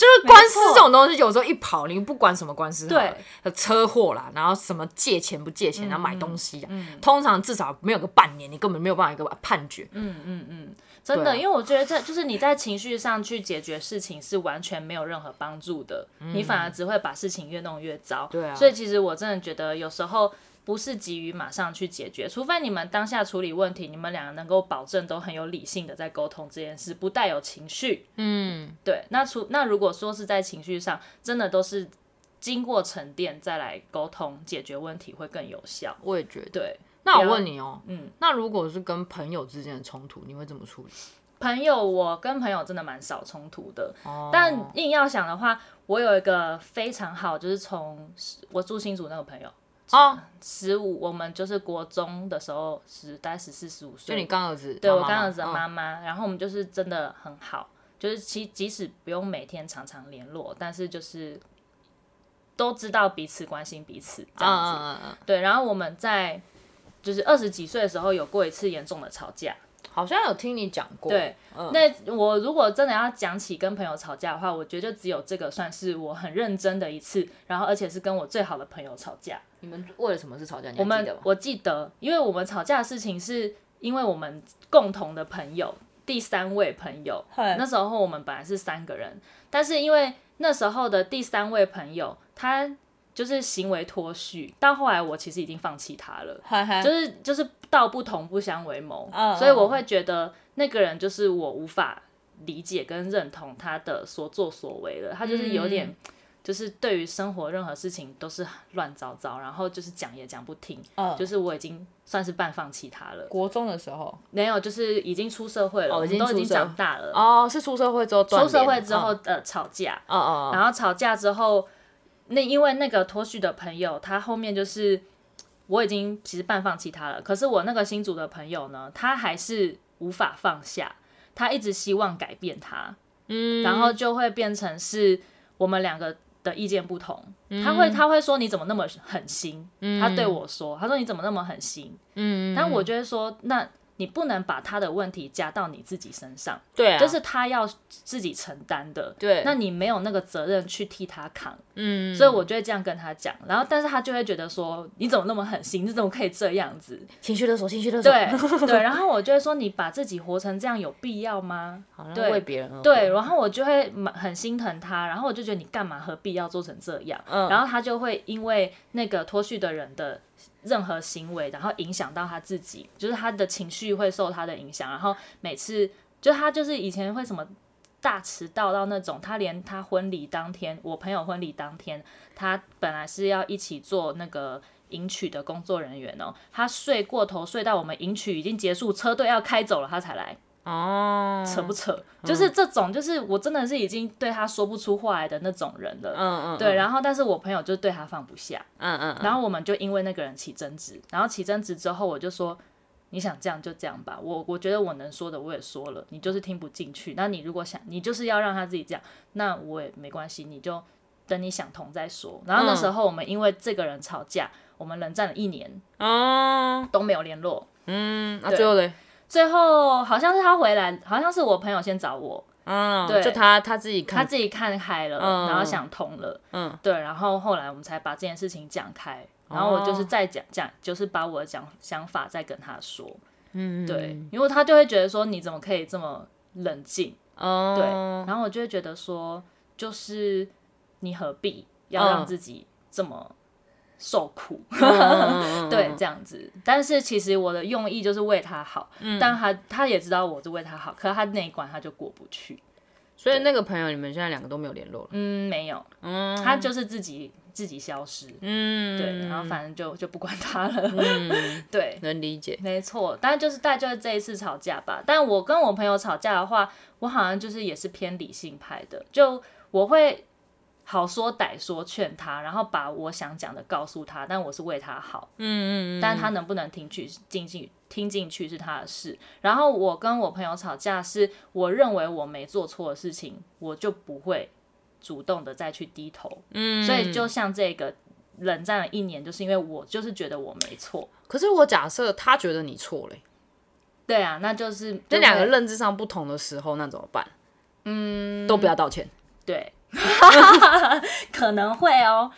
[SPEAKER 1] 是官司这种东西，有时候一跑，你不管什么官司好了，
[SPEAKER 2] 对
[SPEAKER 1] 呃车祸啦，然后什么借钱不借
[SPEAKER 2] 嗯
[SPEAKER 1] 钱，然后买东西啊，通常至少没有个半年，你根本没有办法一个判决。
[SPEAKER 2] 真
[SPEAKER 1] 对啊
[SPEAKER 2] 的，因为我觉得这就是你在情绪上去解决事情是完全没有任何帮助的，你反而只会把事情越弄越糟。
[SPEAKER 1] 嗯对啊
[SPEAKER 2] 所以其实我真的觉得有时候不是急于马上去解决，除非你们当下处理问题，你们两个能够保证都很有理性的在沟通这件事，不带有情绪。
[SPEAKER 1] 嗯，
[SPEAKER 2] 对，那除那如果说是在情绪上，真的都是经过沉淀再来沟通解决问题会更有效。
[SPEAKER 1] 我也觉得。
[SPEAKER 2] 对，
[SPEAKER 1] 那我
[SPEAKER 2] 不要
[SPEAKER 1] 问你哦、
[SPEAKER 2] 嗯，
[SPEAKER 1] 那如果是跟朋友之间的冲突，你会怎么处理？
[SPEAKER 2] 朋友，我跟朋友真的蛮少冲突的，
[SPEAKER 1] 哦
[SPEAKER 2] 但硬要想的话，我有一个非常好，就是从十我住新竹那个朋友，
[SPEAKER 1] 哦，
[SPEAKER 2] 十五，我们就是国中的时候，十大概十四十五
[SPEAKER 1] 就
[SPEAKER 2] 岁，
[SPEAKER 1] 你干儿子，
[SPEAKER 2] 对
[SPEAKER 1] 妈
[SPEAKER 2] 我
[SPEAKER 1] 妈
[SPEAKER 2] 干
[SPEAKER 1] 嘛
[SPEAKER 2] 儿子的
[SPEAKER 1] 嗯
[SPEAKER 2] 妈妈，然后我们就是真的很好，就是其即使不用每天常常联络，但是就是都知道彼此关心彼此这样
[SPEAKER 1] 嗯
[SPEAKER 2] 子，
[SPEAKER 1] 嗯嗯嗯，
[SPEAKER 2] 对，然后我们在就是二十几岁的时候有过一次严重的吵架，
[SPEAKER 1] 好像有听你讲过，
[SPEAKER 2] 对，
[SPEAKER 1] 嗯
[SPEAKER 2] 那我如果真的要讲起跟朋友吵架的话，我觉得就只有这个算是我很认真的一次，然后而且是跟我最好的朋友吵架。
[SPEAKER 1] 你们为了什么事吵架？你还
[SPEAKER 2] 我
[SPEAKER 1] 记
[SPEAKER 2] 们
[SPEAKER 1] 得吗？
[SPEAKER 2] 我记得，因为我们吵架的事情是因为我们共同的朋友，第三位朋友，那时候我们本来是三个人，但是因为那时候的第三位朋友他。就是行为脱序，到后来我其实已经放弃他了。就是就是道不同不相为谋，
[SPEAKER 3] 嗯
[SPEAKER 2] 所以我会觉得那个人就是我无法理解跟认同他的所作所为了，他就是有点。
[SPEAKER 1] 嗯
[SPEAKER 2] 就是对于生活任何事情都是乱糟糟，然后就是讲也讲不听，
[SPEAKER 3] 嗯
[SPEAKER 2] 就是我已经算是半放弃他了。
[SPEAKER 3] 国中的时候，
[SPEAKER 2] 没有，就是已经出社会了，
[SPEAKER 1] 哦
[SPEAKER 2] 我
[SPEAKER 1] 已经
[SPEAKER 2] 们都已经
[SPEAKER 1] 出社
[SPEAKER 2] 长大了。
[SPEAKER 1] 哦，是出社会之后断
[SPEAKER 2] 出
[SPEAKER 1] 联，
[SPEAKER 2] 社会之后
[SPEAKER 1] 嗯，
[SPEAKER 2] 呃吵架，
[SPEAKER 1] 嗯嗯嗯，
[SPEAKER 2] 然后吵架之后，那因为那个脱序的朋友，他后面就是我已经其实半放弃他了，可是我那个新组的朋友呢，他还是无法放下，他一直希望改变他，
[SPEAKER 1] 嗯，
[SPEAKER 2] 然后就会变成是我们两个的意见不同，
[SPEAKER 1] 嗯
[SPEAKER 2] 他会他会说你怎么那么狠心，他对我说，他说你怎么那么狠心，
[SPEAKER 1] 嗯，
[SPEAKER 2] 但我就会说那。你不能把他的问题加到你自己身上，
[SPEAKER 1] 对啊，
[SPEAKER 2] 这是他要自己承担的。
[SPEAKER 1] 对，
[SPEAKER 2] 那你没有那个责任去替他扛，
[SPEAKER 1] 嗯，
[SPEAKER 2] 所以我就会这样跟他讲，然后但是他就会觉得说你怎么那么狠心，你怎么可以这样子？
[SPEAKER 1] 情绪勒索，情绪勒索，，
[SPEAKER 2] 对对，然后我就会说你把自己活成这样有必要吗？
[SPEAKER 1] 好像
[SPEAKER 2] 对
[SPEAKER 1] 为别人而活，
[SPEAKER 2] 对，然后我就会蛮很心疼他，然后我就觉得你干嘛何必要做成这样？
[SPEAKER 1] 嗯
[SPEAKER 2] 然后他就会因为那个脱序的人的任何行为，然后影响到他自己，就是他的情绪会受他的影响，然后每次就他就是以前会什么。大迟到到那种，他连他婚礼当天，我朋友婚礼当天，他本来是要一起做那个迎娶的工作人员哦，他睡过头，睡到我们迎娶已经结束，车队要开走了，他才来。
[SPEAKER 1] 哦，
[SPEAKER 2] 扯不扯？就是这种，就是我真的是已经对他说不出话来的那种人了。
[SPEAKER 1] 嗯嗯，
[SPEAKER 2] 对，
[SPEAKER 1] 嗯
[SPEAKER 2] 然后但是我朋友就对他放不下，
[SPEAKER 1] 嗯嗯，嗯
[SPEAKER 2] 然后我们就因为那个人起争执，然后起争执之后，我就说你想这样就这样吧，我我觉得我能说的我也说了，你就是听不进去，那你如果想你就是要让他自己这样，那我也没关系，你就等你想通再说。然后那
[SPEAKER 1] 嗯
[SPEAKER 2] 时候我们因为这个人吵架，我们冷战了一年
[SPEAKER 1] 哦，
[SPEAKER 2] 都没有联络，
[SPEAKER 1] 嗯，那
[SPEAKER 2] 对
[SPEAKER 1] 最后嘞，
[SPEAKER 2] 最后好像是他回来，好像是我朋友先找我，
[SPEAKER 1] 嗯，
[SPEAKER 2] 对
[SPEAKER 1] 就他他自己
[SPEAKER 2] 他
[SPEAKER 1] 看，
[SPEAKER 2] 自己看开了，
[SPEAKER 1] 嗯
[SPEAKER 2] 然后想通了，
[SPEAKER 1] 嗯，哦
[SPEAKER 2] 对，然后后来我们才把这件事情讲开，然后我就是再讲讲，就是把我的讲想法再跟他说，
[SPEAKER 1] 嗯，
[SPEAKER 2] 对，因为他就会觉得说你怎么可以这么冷静，
[SPEAKER 1] 哦，
[SPEAKER 2] 对，然后我就会觉得说，就是你何必要让
[SPEAKER 1] 嗯
[SPEAKER 2] 自己这么受苦，
[SPEAKER 1] 嗯，嗯嗯嗯
[SPEAKER 2] 对，这样子。但是其实我的用意就是为他好，
[SPEAKER 1] 嗯
[SPEAKER 2] 但他他也知道我是为他好，可是他那一关他就过不去，
[SPEAKER 1] 所以那个朋友你们现在两个都没有联络了，
[SPEAKER 2] 嗯，没有，
[SPEAKER 1] 嗯
[SPEAKER 2] 他就是自己自己消失，
[SPEAKER 1] 嗯，
[SPEAKER 2] 对，然后反正就就不管他了， 对，
[SPEAKER 1] 能理解，
[SPEAKER 2] 没错，但就是大概就是这一次吵架吧。但我跟我朋友吵架的话，我好像就是也是偏理性派的，就我会好说歹说劝他，然后把我想讲的告诉他，但我是为他好，
[SPEAKER 1] 嗯嗯嗯，
[SPEAKER 2] 但他能不能听去进去听进去是他的事。然后我跟我朋友吵架是，我认为我没做错的事情，我就不会主动的再去低头，
[SPEAKER 1] 嗯，
[SPEAKER 2] 所以就像这个冷战了一年，就是因为我就是觉得我没错。
[SPEAKER 1] 可是我假设他觉得你错了欸，
[SPEAKER 2] 对啊，那就是
[SPEAKER 1] 这两个
[SPEAKER 2] 就会
[SPEAKER 1] 认知上不同的时候，那怎么办？嗯，都不要道歉。
[SPEAKER 2] 对， 可能会哦，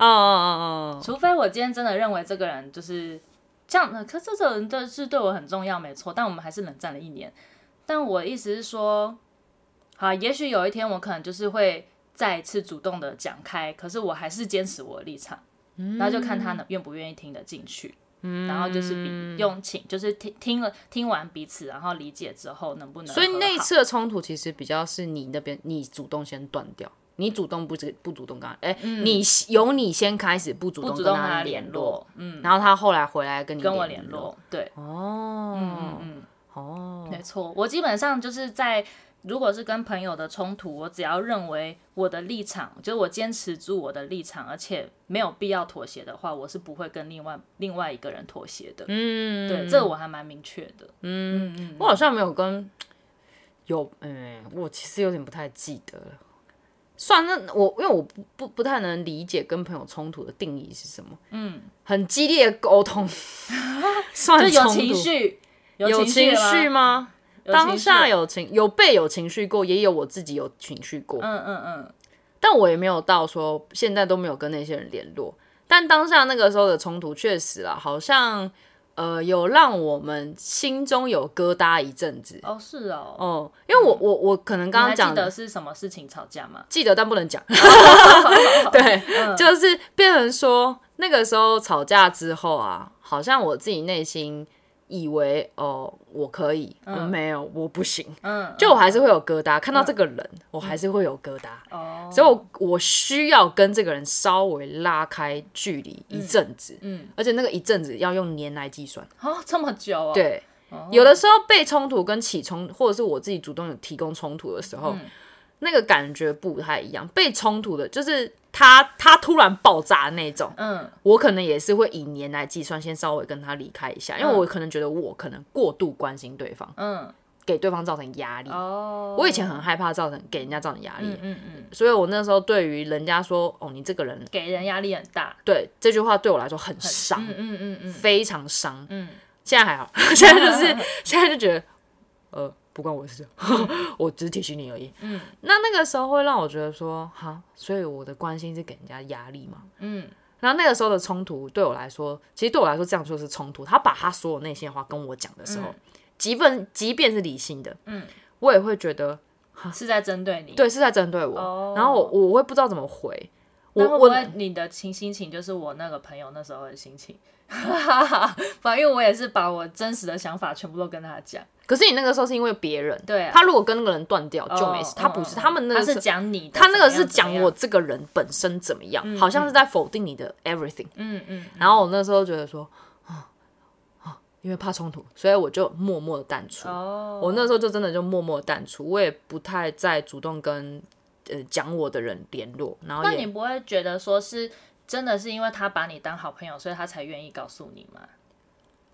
[SPEAKER 1] 哦哦哦
[SPEAKER 2] 除非我今天真的认为这个人就是这样，呃可是这种人的是对我很重要，没错，但我们还是冷战了一年。但我意思是说，好，也许有一天我可能就是会再一次主动的讲开，可是我还是坚持我的立场，
[SPEAKER 1] 嗯
[SPEAKER 2] 然后就看他能愿不愿意听得进去。然后就是比用情，就是听听了听完彼此，然后理解之后能不能
[SPEAKER 1] 哦，
[SPEAKER 2] 和好？
[SPEAKER 1] 所以那一次的冲突其实比较是你那边你主动先断掉，你主动不知不主动跟他，哎、你由你先开始不主
[SPEAKER 2] 不
[SPEAKER 1] 动
[SPEAKER 2] 主
[SPEAKER 1] 跟
[SPEAKER 2] 动跟
[SPEAKER 1] 他
[SPEAKER 2] 他
[SPEAKER 1] 联
[SPEAKER 2] 联
[SPEAKER 1] 络，
[SPEAKER 2] 络，嗯，
[SPEAKER 1] 然后他后来回来跟你
[SPEAKER 2] 跟我
[SPEAKER 1] 联
[SPEAKER 2] 联络，对，
[SPEAKER 1] 哦，
[SPEAKER 2] 嗯嗯。
[SPEAKER 1] 哦，
[SPEAKER 2] 没错，我基本上就是在如果是跟朋友的冲突，我只要认为我的立场，就是我坚持住我的立场，而且没有必要妥协的话，我是不会跟另外另外一个人妥协的。
[SPEAKER 1] 嗯，
[SPEAKER 2] 对，这我还蛮明确的。
[SPEAKER 1] 我好像没有跟有，嗯，我其实有点不太记得了。算了，那我因为我不不不太能理解跟朋友冲突的定义是什么。嗯，很激烈的沟 通，算
[SPEAKER 2] 就有
[SPEAKER 1] 冲
[SPEAKER 2] 情
[SPEAKER 1] 突
[SPEAKER 2] 绪，
[SPEAKER 1] 有
[SPEAKER 2] 情
[SPEAKER 1] 情绪
[SPEAKER 2] 绪吗？
[SPEAKER 1] 吗？
[SPEAKER 2] 有情绪
[SPEAKER 1] 当下有情有被有情绪过，也有我自己有情绪过，
[SPEAKER 2] 嗯嗯嗯，
[SPEAKER 1] 但我也没有到说现在都没有跟那些人联络。但当下那个时候的冲突确实啦，好像呃有让我们心中有疙瘩一阵子。
[SPEAKER 2] 哦是哦。
[SPEAKER 1] 哦，因为我我我可能刚
[SPEAKER 2] 你
[SPEAKER 1] 刚
[SPEAKER 2] 还
[SPEAKER 1] 讲
[SPEAKER 2] 记得
[SPEAKER 1] 的
[SPEAKER 2] 是什么事情吵架吗？
[SPEAKER 1] 记得，但不能 讲。对，
[SPEAKER 2] 嗯
[SPEAKER 1] 就是变成说那个时候吵架之后啊，好像我自己内心以为哦我可以，呃没有我不行，
[SPEAKER 2] 嗯，
[SPEAKER 1] 就我还是会有疙瘩。看到这个人，我还是会有疙瘩，
[SPEAKER 2] 哦，
[SPEAKER 1] 所以我我需要跟这个人稍微拉开距离一阵子，
[SPEAKER 2] 嗯，
[SPEAKER 1] 而且那个一阵子要用年来计算。
[SPEAKER 2] 哦这么久哦，，
[SPEAKER 1] 对，有的时候被冲突跟起冲，或者是我自己主动有提供冲突的时候，
[SPEAKER 2] 嗯
[SPEAKER 1] 那个感觉不太一样。被冲突的就是他他突然爆炸那种，
[SPEAKER 2] 嗯
[SPEAKER 1] 我可能也是会以年来计算，先稍微跟他离开一下，因为
[SPEAKER 2] 嗯
[SPEAKER 1] 我可能觉得我可能过度关心对方，
[SPEAKER 2] 嗯，
[SPEAKER 1] 给对方造成压力。
[SPEAKER 2] 哦，
[SPEAKER 1] 我以前很害怕造成给人家造成压力，
[SPEAKER 2] 嗯嗯嗯，
[SPEAKER 1] 所以我那时候对于人家说“哦，你这个人
[SPEAKER 2] 给人压力很大，”，
[SPEAKER 1] 对这句话对我来说很伤，
[SPEAKER 2] 嗯嗯嗯嗯
[SPEAKER 1] 非常伤。
[SPEAKER 2] 嗯。
[SPEAKER 1] 现在还好， 现在 就是现在就觉得，呃，不关我的事， 我只是提醒你而已。
[SPEAKER 2] 嗯
[SPEAKER 1] 那那个时候会让我觉得说，哈，所以我的关心是给人家压力嘛。
[SPEAKER 2] 嗯
[SPEAKER 1] 然后那个时候的冲突对我来说，其实对我来说这样就是冲突。他把他所有内心的话跟我讲的时候，即便即便是理性的，
[SPEAKER 2] 嗯，
[SPEAKER 1] 我也会觉得，
[SPEAKER 2] 是在针对你。，
[SPEAKER 1] 对，是在针对我。
[SPEAKER 2] 哦
[SPEAKER 1] 然后我我会不知道怎么回。我
[SPEAKER 2] 那会不
[SPEAKER 1] 我
[SPEAKER 2] 会你的情心情就是我那个朋友那时候的心情？反正因为我也是把我真实的想法全部都跟他讲。
[SPEAKER 1] 可是你那个时候是因为别人，
[SPEAKER 2] 对啊
[SPEAKER 1] 他如果跟那个人断掉就没
[SPEAKER 2] 哦
[SPEAKER 1] 事，他不是，
[SPEAKER 2] 嗯嗯
[SPEAKER 1] 他们那
[SPEAKER 2] 他
[SPEAKER 1] 个时
[SPEAKER 2] 是
[SPEAKER 1] 候
[SPEAKER 2] 讲你的，
[SPEAKER 1] 他那个
[SPEAKER 2] 怎
[SPEAKER 1] 是
[SPEAKER 2] 么样
[SPEAKER 1] 讲我，这个人本身怎么样，好像是在否定你的 everything。
[SPEAKER 2] 怎么样嗯嗯
[SPEAKER 1] 然后我那时候觉得说，啊啊，因为怕冲突，所以我就默默的淡出。
[SPEAKER 2] 嗯，哦，
[SPEAKER 1] 我那时候就真的就默默地淡出，我也不太再主动跟呃讲我的人联络，然后
[SPEAKER 2] 那
[SPEAKER 1] 也
[SPEAKER 2] 你不会觉得说是真的是因为他把你当好朋友，所以他才愿意告诉你吗？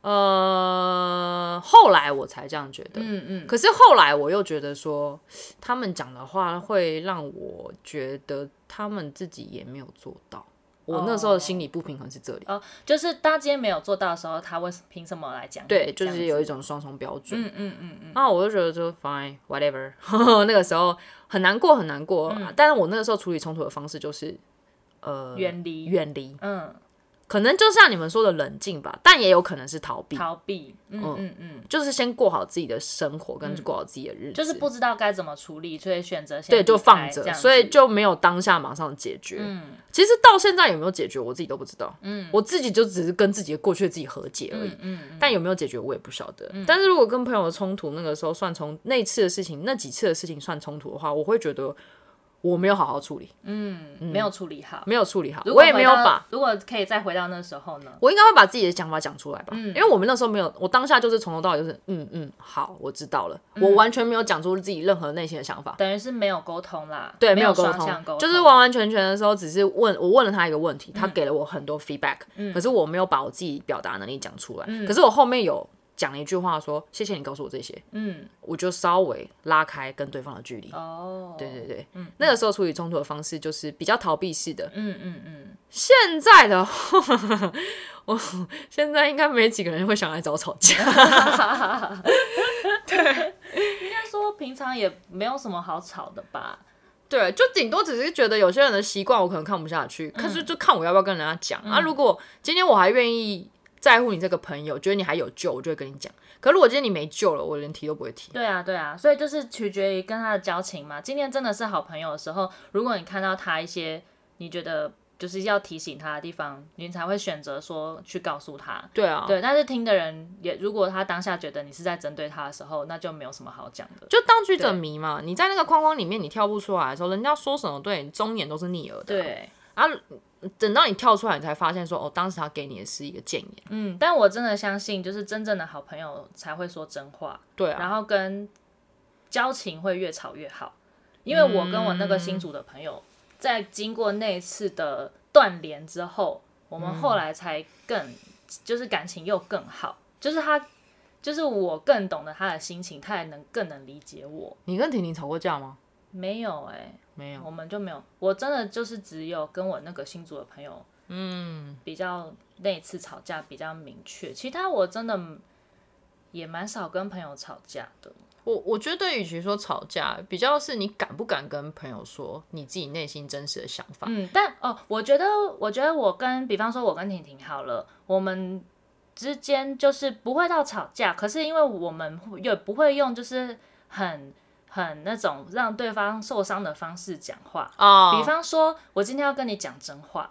[SPEAKER 1] 呃，后来我才这样觉得。
[SPEAKER 2] 嗯嗯，
[SPEAKER 1] 可是后来我又觉得说，他们讲的话会让我觉得他们自己也没有做到。我那时候的心理不平衡是这里。
[SPEAKER 2] 哦，就是他今天没有做到的时候，他为什凭什么来讲你？
[SPEAKER 1] 对，就
[SPEAKER 2] 这
[SPEAKER 1] 是
[SPEAKER 2] 样
[SPEAKER 1] 有一
[SPEAKER 2] 子，
[SPEAKER 1] 种双重标准。
[SPEAKER 2] 嗯嗯嗯嗯，
[SPEAKER 1] 那我就觉得就 fine whatever，那 个时候很难过很难过，
[SPEAKER 2] 嗯
[SPEAKER 1] 啊但是我那个时候处理冲突的方式就是呃
[SPEAKER 2] 远离，
[SPEAKER 1] 远离，
[SPEAKER 2] 嗯，
[SPEAKER 1] 可能就像你们说的冷静吧，但也有可能是逃避，
[SPEAKER 2] 逃避，嗯嗯嗯。
[SPEAKER 1] 就是先过好自己的生活跟过好自己的日子，
[SPEAKER 2] 就是不知道该怎么处理，所以选择先
[SPEAKER 1] 对就
[SPEAKER 2] 离开
[SPEAKER 1] 放
[SPEAKER 2] 这
[SPEAKER 1] 着，
[SPEAKER 2] 样子
[SPEAKER 1] 所以就没有当下马上解决。
[SPEAKER 2] 嗯
[SPEAKER 1] 其实到现在有没有解决，我自己都不知道。嗯，我自己就只是跟自己的过去自己和解而已。
[SPEAKER 2] 嗯嗯
[SPEAKER 1] 但有没有解决我也不晓得。但是如果跟朋友的冲突，那个时候算冲那次的事情，那几次的事情算冲突的话，我会觉得我没有好好处理，
[SPEAKER 2] 嗯，没有处理好，
[SPEAKER 1] 没有处理好，
[SPEAKER 2] 如果
[SPEAKER 1] 我也没有
[SPEAKER 2] 回到
[SPEAKER 1] 把。
[SPEAKER 2] 如果可以再回到那时候呢？
[SPEAKER 1] 我应该会把自己的想法讲出来吧，
[SPEAKER 2] 嗯
[SPEAKER 1] 因为我们那时候没有，我当下就是从头到尾就是嗯嗯好，我知道了，
[SPEAKER 2] 嗯
[SPEAKER 1] 我完全没有讲出自己任何内心的想法，
[SPEAKER 2] 等于是没有沟通啦，
[SPEAKER 1] 对，
[SPEAKER 2] 没
[SPEAKER 1] 没有沟
[SPEAKER 2] 双
[SPEAKER 1] 通
[SPEAKER 2] 向沟，嗯
[SPEAKER 1] 就是完完全全的时候，只是问我问了他一个问题，他给了我很多 feedback，、可是我没有把我自己表达能力讲出来，
[SPEAKER 2] 嗯
[SPEAKER 1] 可是我后面有讲了一句话说，谢谢你告诉我这些，
[SPEAKER 2] 嗯
[SPEAKER 1] 我就稍微拉开跟对方的距离。
[SPEAKER 2] 哦，
[SPEAKER 1] 对对对，那个时候处理冲突的方式就是比较逃避式的，
[SPEAKER 2] 嗯嗯嗯，
[SPEAKER 1] 现在的话， 我现在应该没几个人会想来找我吵架。
[SPEAKER 2] 嗯 应该说平常也没有什么好吵的吧？
[SPEAKER 1] 对，就顶多只是觉得有些人的习惯我可能看不下去，可是就看我要不要跟人家讲、啊。如果今天我还愿意在乎你这个朋友，觉得你还有救，我就会跟你讲。可如果今天你没救了，我连提都不会提。
[SPEAKER 2] 对啊，对啊，所以就是取决于跟他的交情嘛。今天真的是好朋友的时候，如果你看到他一些你觉得就是要提醒他的地方，你才会选择说去告诉他。
[SPEAKER 1] 对啊，
[SPEAKER 2] 对，但是听的人也，如果他当下觉得你是在针对他的时候，那就没有什么好讲的。
[SPEAKER 1] 就当局者迷嘛。你在那个框框里面，你跳不出来的时候，人家说什么对你忠言都是逆耳的。，
[SPEAKER 2] 对，
[SPEAKER 1] 啊，等到你跳出来，你才发现说，哦，当时他给你的是一个谏言。
[SPEAKER 2] 嗯，但我真的相信，就是真正的好朋友才会说真话，
[SPEAKER 1] 对啊，
[SPEAKER 2] 然后跟交情会越吵越好。因为我跟我那个
[SPEAKER 1] 嗯
[SPEAKER 2] 新组的朋友，在经过那一次的断联之后，我们
[SPEAKER 1] 嗯
[SPEAKER 2] 后来才更、就是感情又更好，就是他。就是我更懂得他的心情，他也能更能理解我。
[SPEAKER 1] 你跟婷婷吵过架吗？
[SPEAKER 2] 没有哎、
[SPEAKER 1] 没有。
[SPEAKER 2] 我们就没有，我真的就是只有跟我那个新组的朋友，嗯，比较那一次吵架比较明确，其他我真的也蛮少跟朋友吵架的。
[SPEAKER 1] 我我觉得，与其说吵架，比较是你敢不敢跟朋友说你自己内心真实的想法。
[SPEAKER 2] 嗯，但哦，我觉得，我觉得我跟，比方说，我跟婷婷好了，我们之间就是不会到吵架，可是因为我们会也不会用就是很很那种让对方受伤的方式讲话，
[SPEAKER 1] 哦
[SPEAKER 2] 比方说，我今天要跟你讲真话，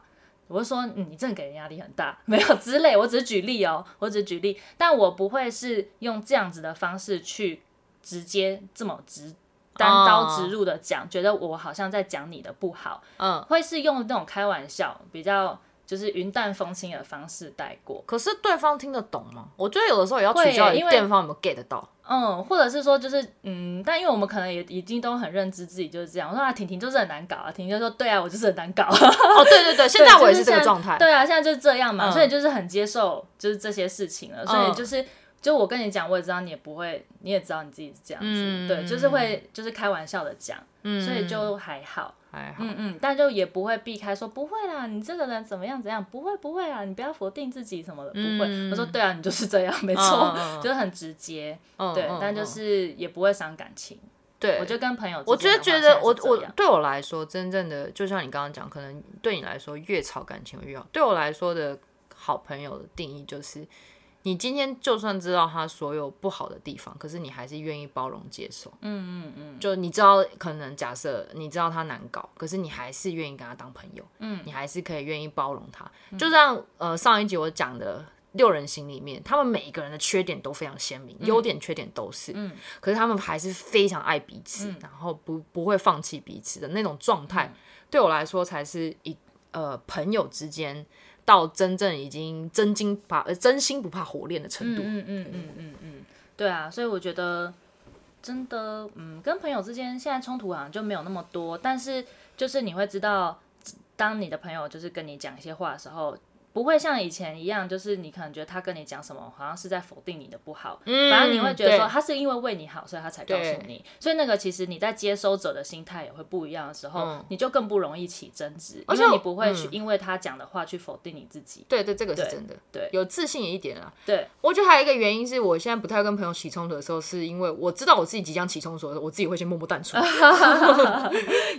[SPEAKER 2] 我会说、嗯、你真的给人压力很大， 没有之类，我只是举例哦，我只是举例，但我不会是用这样子的方式去直接这么直单刀直入的讲，觉得我好像在讲你的不好，
[SPEAKER 1] 嗯，
[SPEAKER 2] 会是用那种开玩笑，比较就是云淡风轻的方式带过。
[SPEAKER 1] 可是对方听得懂吗？我觉得有的时候也要
[SPEAKER 2] 会
[SPEAKER 1] 取决于
[SPEAKER 2] 因为
[SPEAKER 1] 对方有没有 get 到。哦
[SPEAKER 2] 嗯，或者是说就是嗯，但因为我们可能也已经都很认知自己就是这样。我说啊，婷婷就是很难搞啊，婷婷就说对啊，我就是很难搞。
[SPEAKER 1] 哦，对对对，现在我也是这个
[SPEAKER 2] 对就是现在
[SPEAKER 1] 状态。
[SPEAKER 2] 对啊，现在就是这样嘛，
[SPEAKER 1] 嗯
[SPEAKER 2] 所以就是很接受就是这些事情了，所以就是。就我跟你讲，我也知道你也不会，你也知道你自己是这样子，
[SPEAKER 1] 嗯
[SPEAKER 2] 对，就是会就是开玩笑的讲，
[SPEAKER 1] 嗯
[SPEAKER 2] 所以就还好，
[SPEAKER 1] 还好。
[SPEAKER 2] 嗯嗯，但就也不会避开说不会啦，你这个人怎么样怎样，不会不会啊，你不要否定自己什么的，不会。
[SPEAKER 1] 嗯
[SPEAKER 2] 我说对啊，你就是这样，没错，
[SPEAKER 1] 嗯嗯嗯
[SPEAKER 2] 就是很直接，
[SPEAKER 1] 嗯
[SPEAKER 2] 对，
[SPEAKER 1] 嗯
[SPEAKER 2] 但
[SPEAKER 1] 嗯
[SPEAKER 2] 就是也不会伤感情。
[SPEAKER 1] 对，
[SPEAKER 2] 我就跟朋友之
[SPEAKER 1] 我
[SPEAKER 2] 间
[SPEAKER 1] 觉
[SPEAKER 2] 的
[SPEAKER 1] 得觉
[SPEAKER 2] 话现
[SPEAKER 1] 得
[SPEAKER 2] 在
[SPEAKER 1] 我
[SPEAKER 2] 是这
[SPEAKER 1] 我
[SPEAKER 2] 样
[SPEAKER 1] 对我来说，真正的就像你刚刚讲，可能对你来说越吵感情越好。对我来说的好朋友的定义就是，你今天就算知道他所有不好的地方，可是你还是愿意包容接受。嗯嗯嗯，就你知道，可能假设你知道他难搞，可是你还是愿意跟他当朋友。嗯，你还是可以愿意包容他。就像呃上一集我讲的。六人行里面，他们每一个人的缺点都非常鲜
[SPEAKER 2] 嗯
[SPEAKER 1] 明，优、点缺点都是。可是他们还是非常爱彼此，
[SPEAKER 2] 嗯
[SPEAKER 1] 然后不不会放弃彼此的那种状态，对我来说才是一呃朋友之间到真正已经真金把呃真心不怕火炼的程度。
[SPEAKER 2] 嗯嗯嗯嗯嗯，对啊，所以我觉得真的，嗯，跟朋友之间现在冲突好像就没有那么多，但是就是你会知道，当你的朋友就是跟你讲一些话的时候。不会像以前一样，就是你可能觉得他跟你讲什么，好像是在否定你的不好，
[SPEAKER 1] 嗯
[SPEAKER 2] 反而你会觉得说
[SPEAKER 1] 对
[SPEAKER 2] 他是因为为你好，所以他才告诉
[SPEAKER 1] 对
[SPEAKER 2] 你。所以那个其实你在接收者的心态也会不一样的时候，
[SPEAKER 1] 嗯
[SPEAKER 2] 你就更不容易起争执，
[SPEAKER 1] 而
[SPEAKER 2] 因
[SPEAKER 1] 且
[SPEAKER 2] 为你
[SPEAKER 1] 我
[SPEAKER 2] 不会去
[SPEAKER 1] 嗯
[SPEAKER 2] 因为他讲的话去否定你自己。
[SPEAKER 1] 对对，这个是
[SPEAKER 2] 对
[SPEAKER 1] 真的，
[SPEAKER 2] 对
[SPEAKER 1] 有自信一点啦。
[SPEAKER 2] 对，
[SPEAKER 1] 我觉得还有一个原因是我现在不太会跟朋友起冲突的时候，是因为我知道我自己即将起冲突的时候，我自己会先默默淡 出，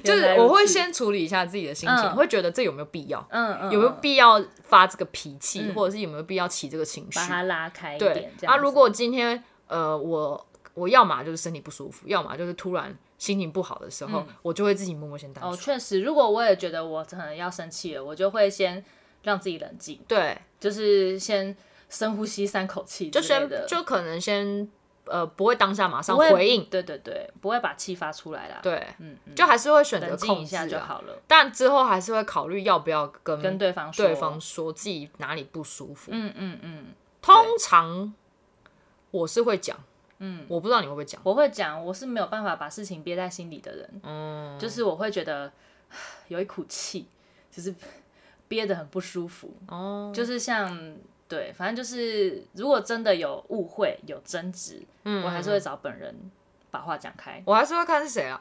[SPEAKER 1] 就是
[SPEAKER 2] 原来如
[SPEAKER 1] 我会
[SPEAKER 2] 此
[SPEAKER 1] 先处理一下自己的心情，
[SPEAKER 2] 嗯
[SPEAKER 1] 会觉得这有没有必要，
[SPEAKER 2] 嗯嗯，
[SPEAKER 1] 有没有
[SPEAKER 2] 嗯
[SPEAKER 1] 必要发这个脾气，或者是有没有必要起这个情绪
[SPEAKER 2] 把。它拉开一
[SPEAKER 1] 对
[SPEAKER 2] 点。这，样
[SPEAKER 1] 啊，
[SPEAKER 2] 子
[SPEAKER 1] 如果今天呃我我要么就是身体不舒服，要么就是突然心情不好的时候，我就会自己默默先淡
[SPEAKER 2] 嗯哦，
[SPEAKER 1] 出。
[SPEAKER 2] 确实，如果我也觉得我可能要生气了，我就会先让自己冷静，
[SPEAKER 1] 对，
[SPEAKER 2] 就是先深呼吸三口气之
[SPEAKER 1] 就
[SPEAKER 2] 类
[SPEAKER 1] 先
[SPEAKER 2] 的，
[SPEAKER 1] 就可能先呃不会当下马上
[SPEAKER 2] 不会
[SPEAKER 1] 回应，
[SPEAKER 2] 对对对，不会把气发出来啦。，
[SPEAKER 1] 对，
[SPEAKER 2] 嗯，嗯
[SPEAKER 1] 就还是会选择
[SPEAKER 2] 冷静
[SPEAKER 1] 控
[SPEAKER 2] 一
[SPEAKER 1] 制、
[SPEAKER 2] 下就
[SPEAKER 1] 啊。
[SPEAKER 2] 好了，
[SPEAKER 1] 但之后还是会考虑要不要跟
[SPEAKER 2] 跟对方说，
[SPEAKER 1] 对方说自己哪里不舒服。
[SPEAKER 2] 嗯嗯嗯，
[SPEAKER 1] 通常我是会讲，嗯，我不知道你会不会讲。
[SPEAKER 2] 我会讲，我是没有办法把事情憋在心里的人，
[SPEAKER 1] 嗯，
[SPEAKER 2] 就是我会觉得 有一股气，就是憋得很不舒服，
[SPEAKER 1] 哦，
[SPEAKER 2] 就是像对，嗯
[SPEAKER 1] 嗯
[SPEAKER 2] 反正就是如果真的有误会、有争执，我还是会找本人把话讲开。
[SPEAKER 1] 我还是会看是 谁啊。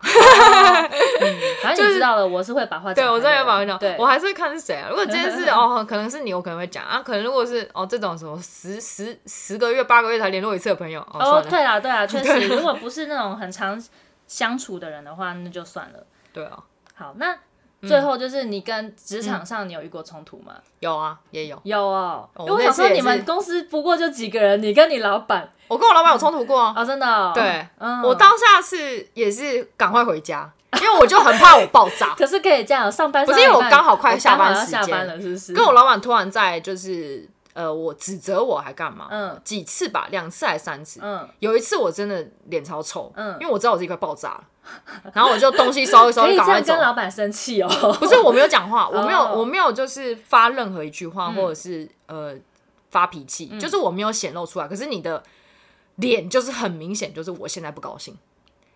[SPEAKER 2] 反正你知道了，我是会把话讲
[SPEAKER 1] 对，
[SPEAKER 2] 开的人。
[SPEAKER 1] 我真的有保护
[SPEAKER 2] 对，
[SPEAKER 1] 我还是会看是谁啊。如果今天 是哦，可能是你，我可能会讲啊。可能如果是哦这种什么十十十个月、八个月才联络一次的朋友，哦算
[SPEAKER 2] 哦，
[SPEAKER 1] 了，
[SPEAKER 2] 对啦，对啦，确实，如果不是那种很常相处的人的话，那就算了。
[SPEAKER 1] 对啊，
[SPEAKER 2] 好，那
[SPEAKER 1] 嗯
[SPEAKER 2] 最后就是你跟职场上你有遇过冲突吗？
[SPEAKER 1] 有啊，也有。
[SPEAKER 2] 有哦，
[SPEAKER 1] 哦
[SPEAKER 2] 因为我想
[SPEAKER 1] 那
[SPEAKER 2] 说
[SPEAKER 1] 次也
[SPEAKER 2] 你
[SPEAKER 1] 是
[SPEAKER 2] 们公司不过就几个人，你跟你老板
[SPEAKER 1] 我跟我老板有冲突过啊。
[SPEAKER 2] 哦，真的哦，
[SPEAKER 1] 对
[SPEAKER 2] 嗯，
[SPEAKER 1] 我当下是也是赶快回家，因为我就很怕我爆炸。
[SPEAKER 2] 可是可以这样，上班
[SPEAKER 1] 不是
[SPEAKER 2] 上到一
[SPEAKER 1] 因为我
[SPEAKER 2] 半
[SPEAKER 1] 刚好快
[SPEAKER 2] 我
[SPEAKER 1] 下班
[SPEAKER 2] 刚好要
[SPEAKER 1] 时
[SPEAKER 2] 下
[SPEAKER 1] 间
[SPEAKER 2] 班了，是不是？
[SPEAKER 1] 跟我老板突然在就是呃，我指责我还干嘛？
[SPEAKER 2] 嗯
[SPEAKER 1] 几次吧，两次还三次。
[SPEAKER 2] 嗯，
[SPEAKER 1] 有一次我真的脸超臭，
[SPEAKER 2] 嗯
[SPEAKER 1] 因为我知道我自己快爆炸了，然后我就东西收一收，
[SPEAKER 2] 可
[SPEAKER 1] 就
[SPEAKER 2] 以
[SPEAKER 1] 赶
[SPEAKER 2] 这
[SPEAKER 1] 快
[SPEAKER 2] 样
[SPEAKER 1] 走
[SPEAKER 2] 跟。老板生气哦，
[SPEAKER 1] 不是我没有讲话，我没有，
[SPEAKER 2] 哦嗯
[SPEAKER 1] 我没有就是发任何一句话，或者是呃发脾气，就是我没有显露出来。可是你的脸就是很明显，就是我现在不高兴。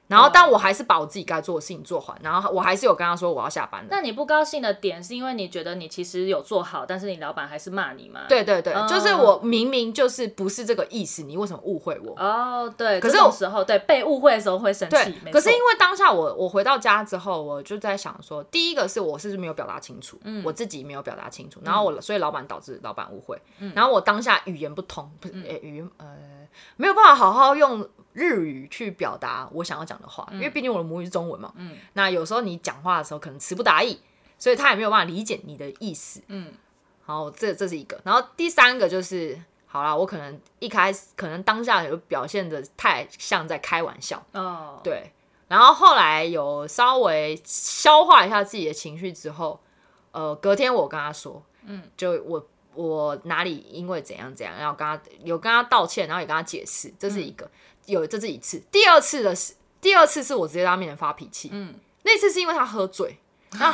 [SPEAKER 1] 然
[SPEAKER 2] 哦
[SPEAKER 1] 后，但我还是把我自己该做的事情做完，然后我还是有跟他说我要下班了。
[SPEAKER 2] 那你不高兴的点是因为你觉得你其实有做好，但是你老板还是骂你嘛？，
[SPEAKER 1] 对对对，
[SPEAKER 2] 嗯
[SPEAKER 1] 就是我明明就是不是这个意思，你为什么误会我？
[SPEAKER 2] 哦，对，
[SPEAKER 1] 可是
[SPEAKER 2] 这种
[SPEAKER 1] 我
[SPEAKER 2] 时候对被误会的时候会生气，没
[SPEAKER 1] 对，可是
[SPEAKER 2] 错
[SPEAKER 1] 因为当下我我回到家之后，我就在想说，第一个是我是不是没有表达清楚，
[SPEAKER 2] 嗯
[SPEAKER 1] 我自己没有表达清楚，然后我、所以老板导致老板误会，
[SPEAKER 2] 嗯
[SPEAKER 1] 然后我当下语言不通，不是、诶语言呃没有办法好好用。日语去表达我想要讲的话，
[SPEAKER 2] 嗯
[SPEAKER 1] 因为毕竟我的母语是中文嘛。嗯，那有时候你讲话的时候可能词不达意，所以他也没有办法理解你的意思。
[SPEAKER 2] 嗯，
[SPEAKER 1] 好，这这是一个。然后第三个就是，好啦，我可能一开始可能当下有表现的太像在开玩笑，
[SPEAKER 2] 哦，
[SPEAKER 1] 对，然后后来有稍微消化一下自己的情绪之后，呃，隔天我跟他说，嗯，就我我哪里因为怎样怎样，然后跟他有跟他道歉，然后也跟他解释，这
[SPEAKER 2] 嗯
[SPEAKER 1] 是一个、有这是一次，第二次的是第二次是我直接在他面前发脾气，嗯，那次是因为他喝醉，
[SPEAKER 2] 你
[SPEAKER 1] 那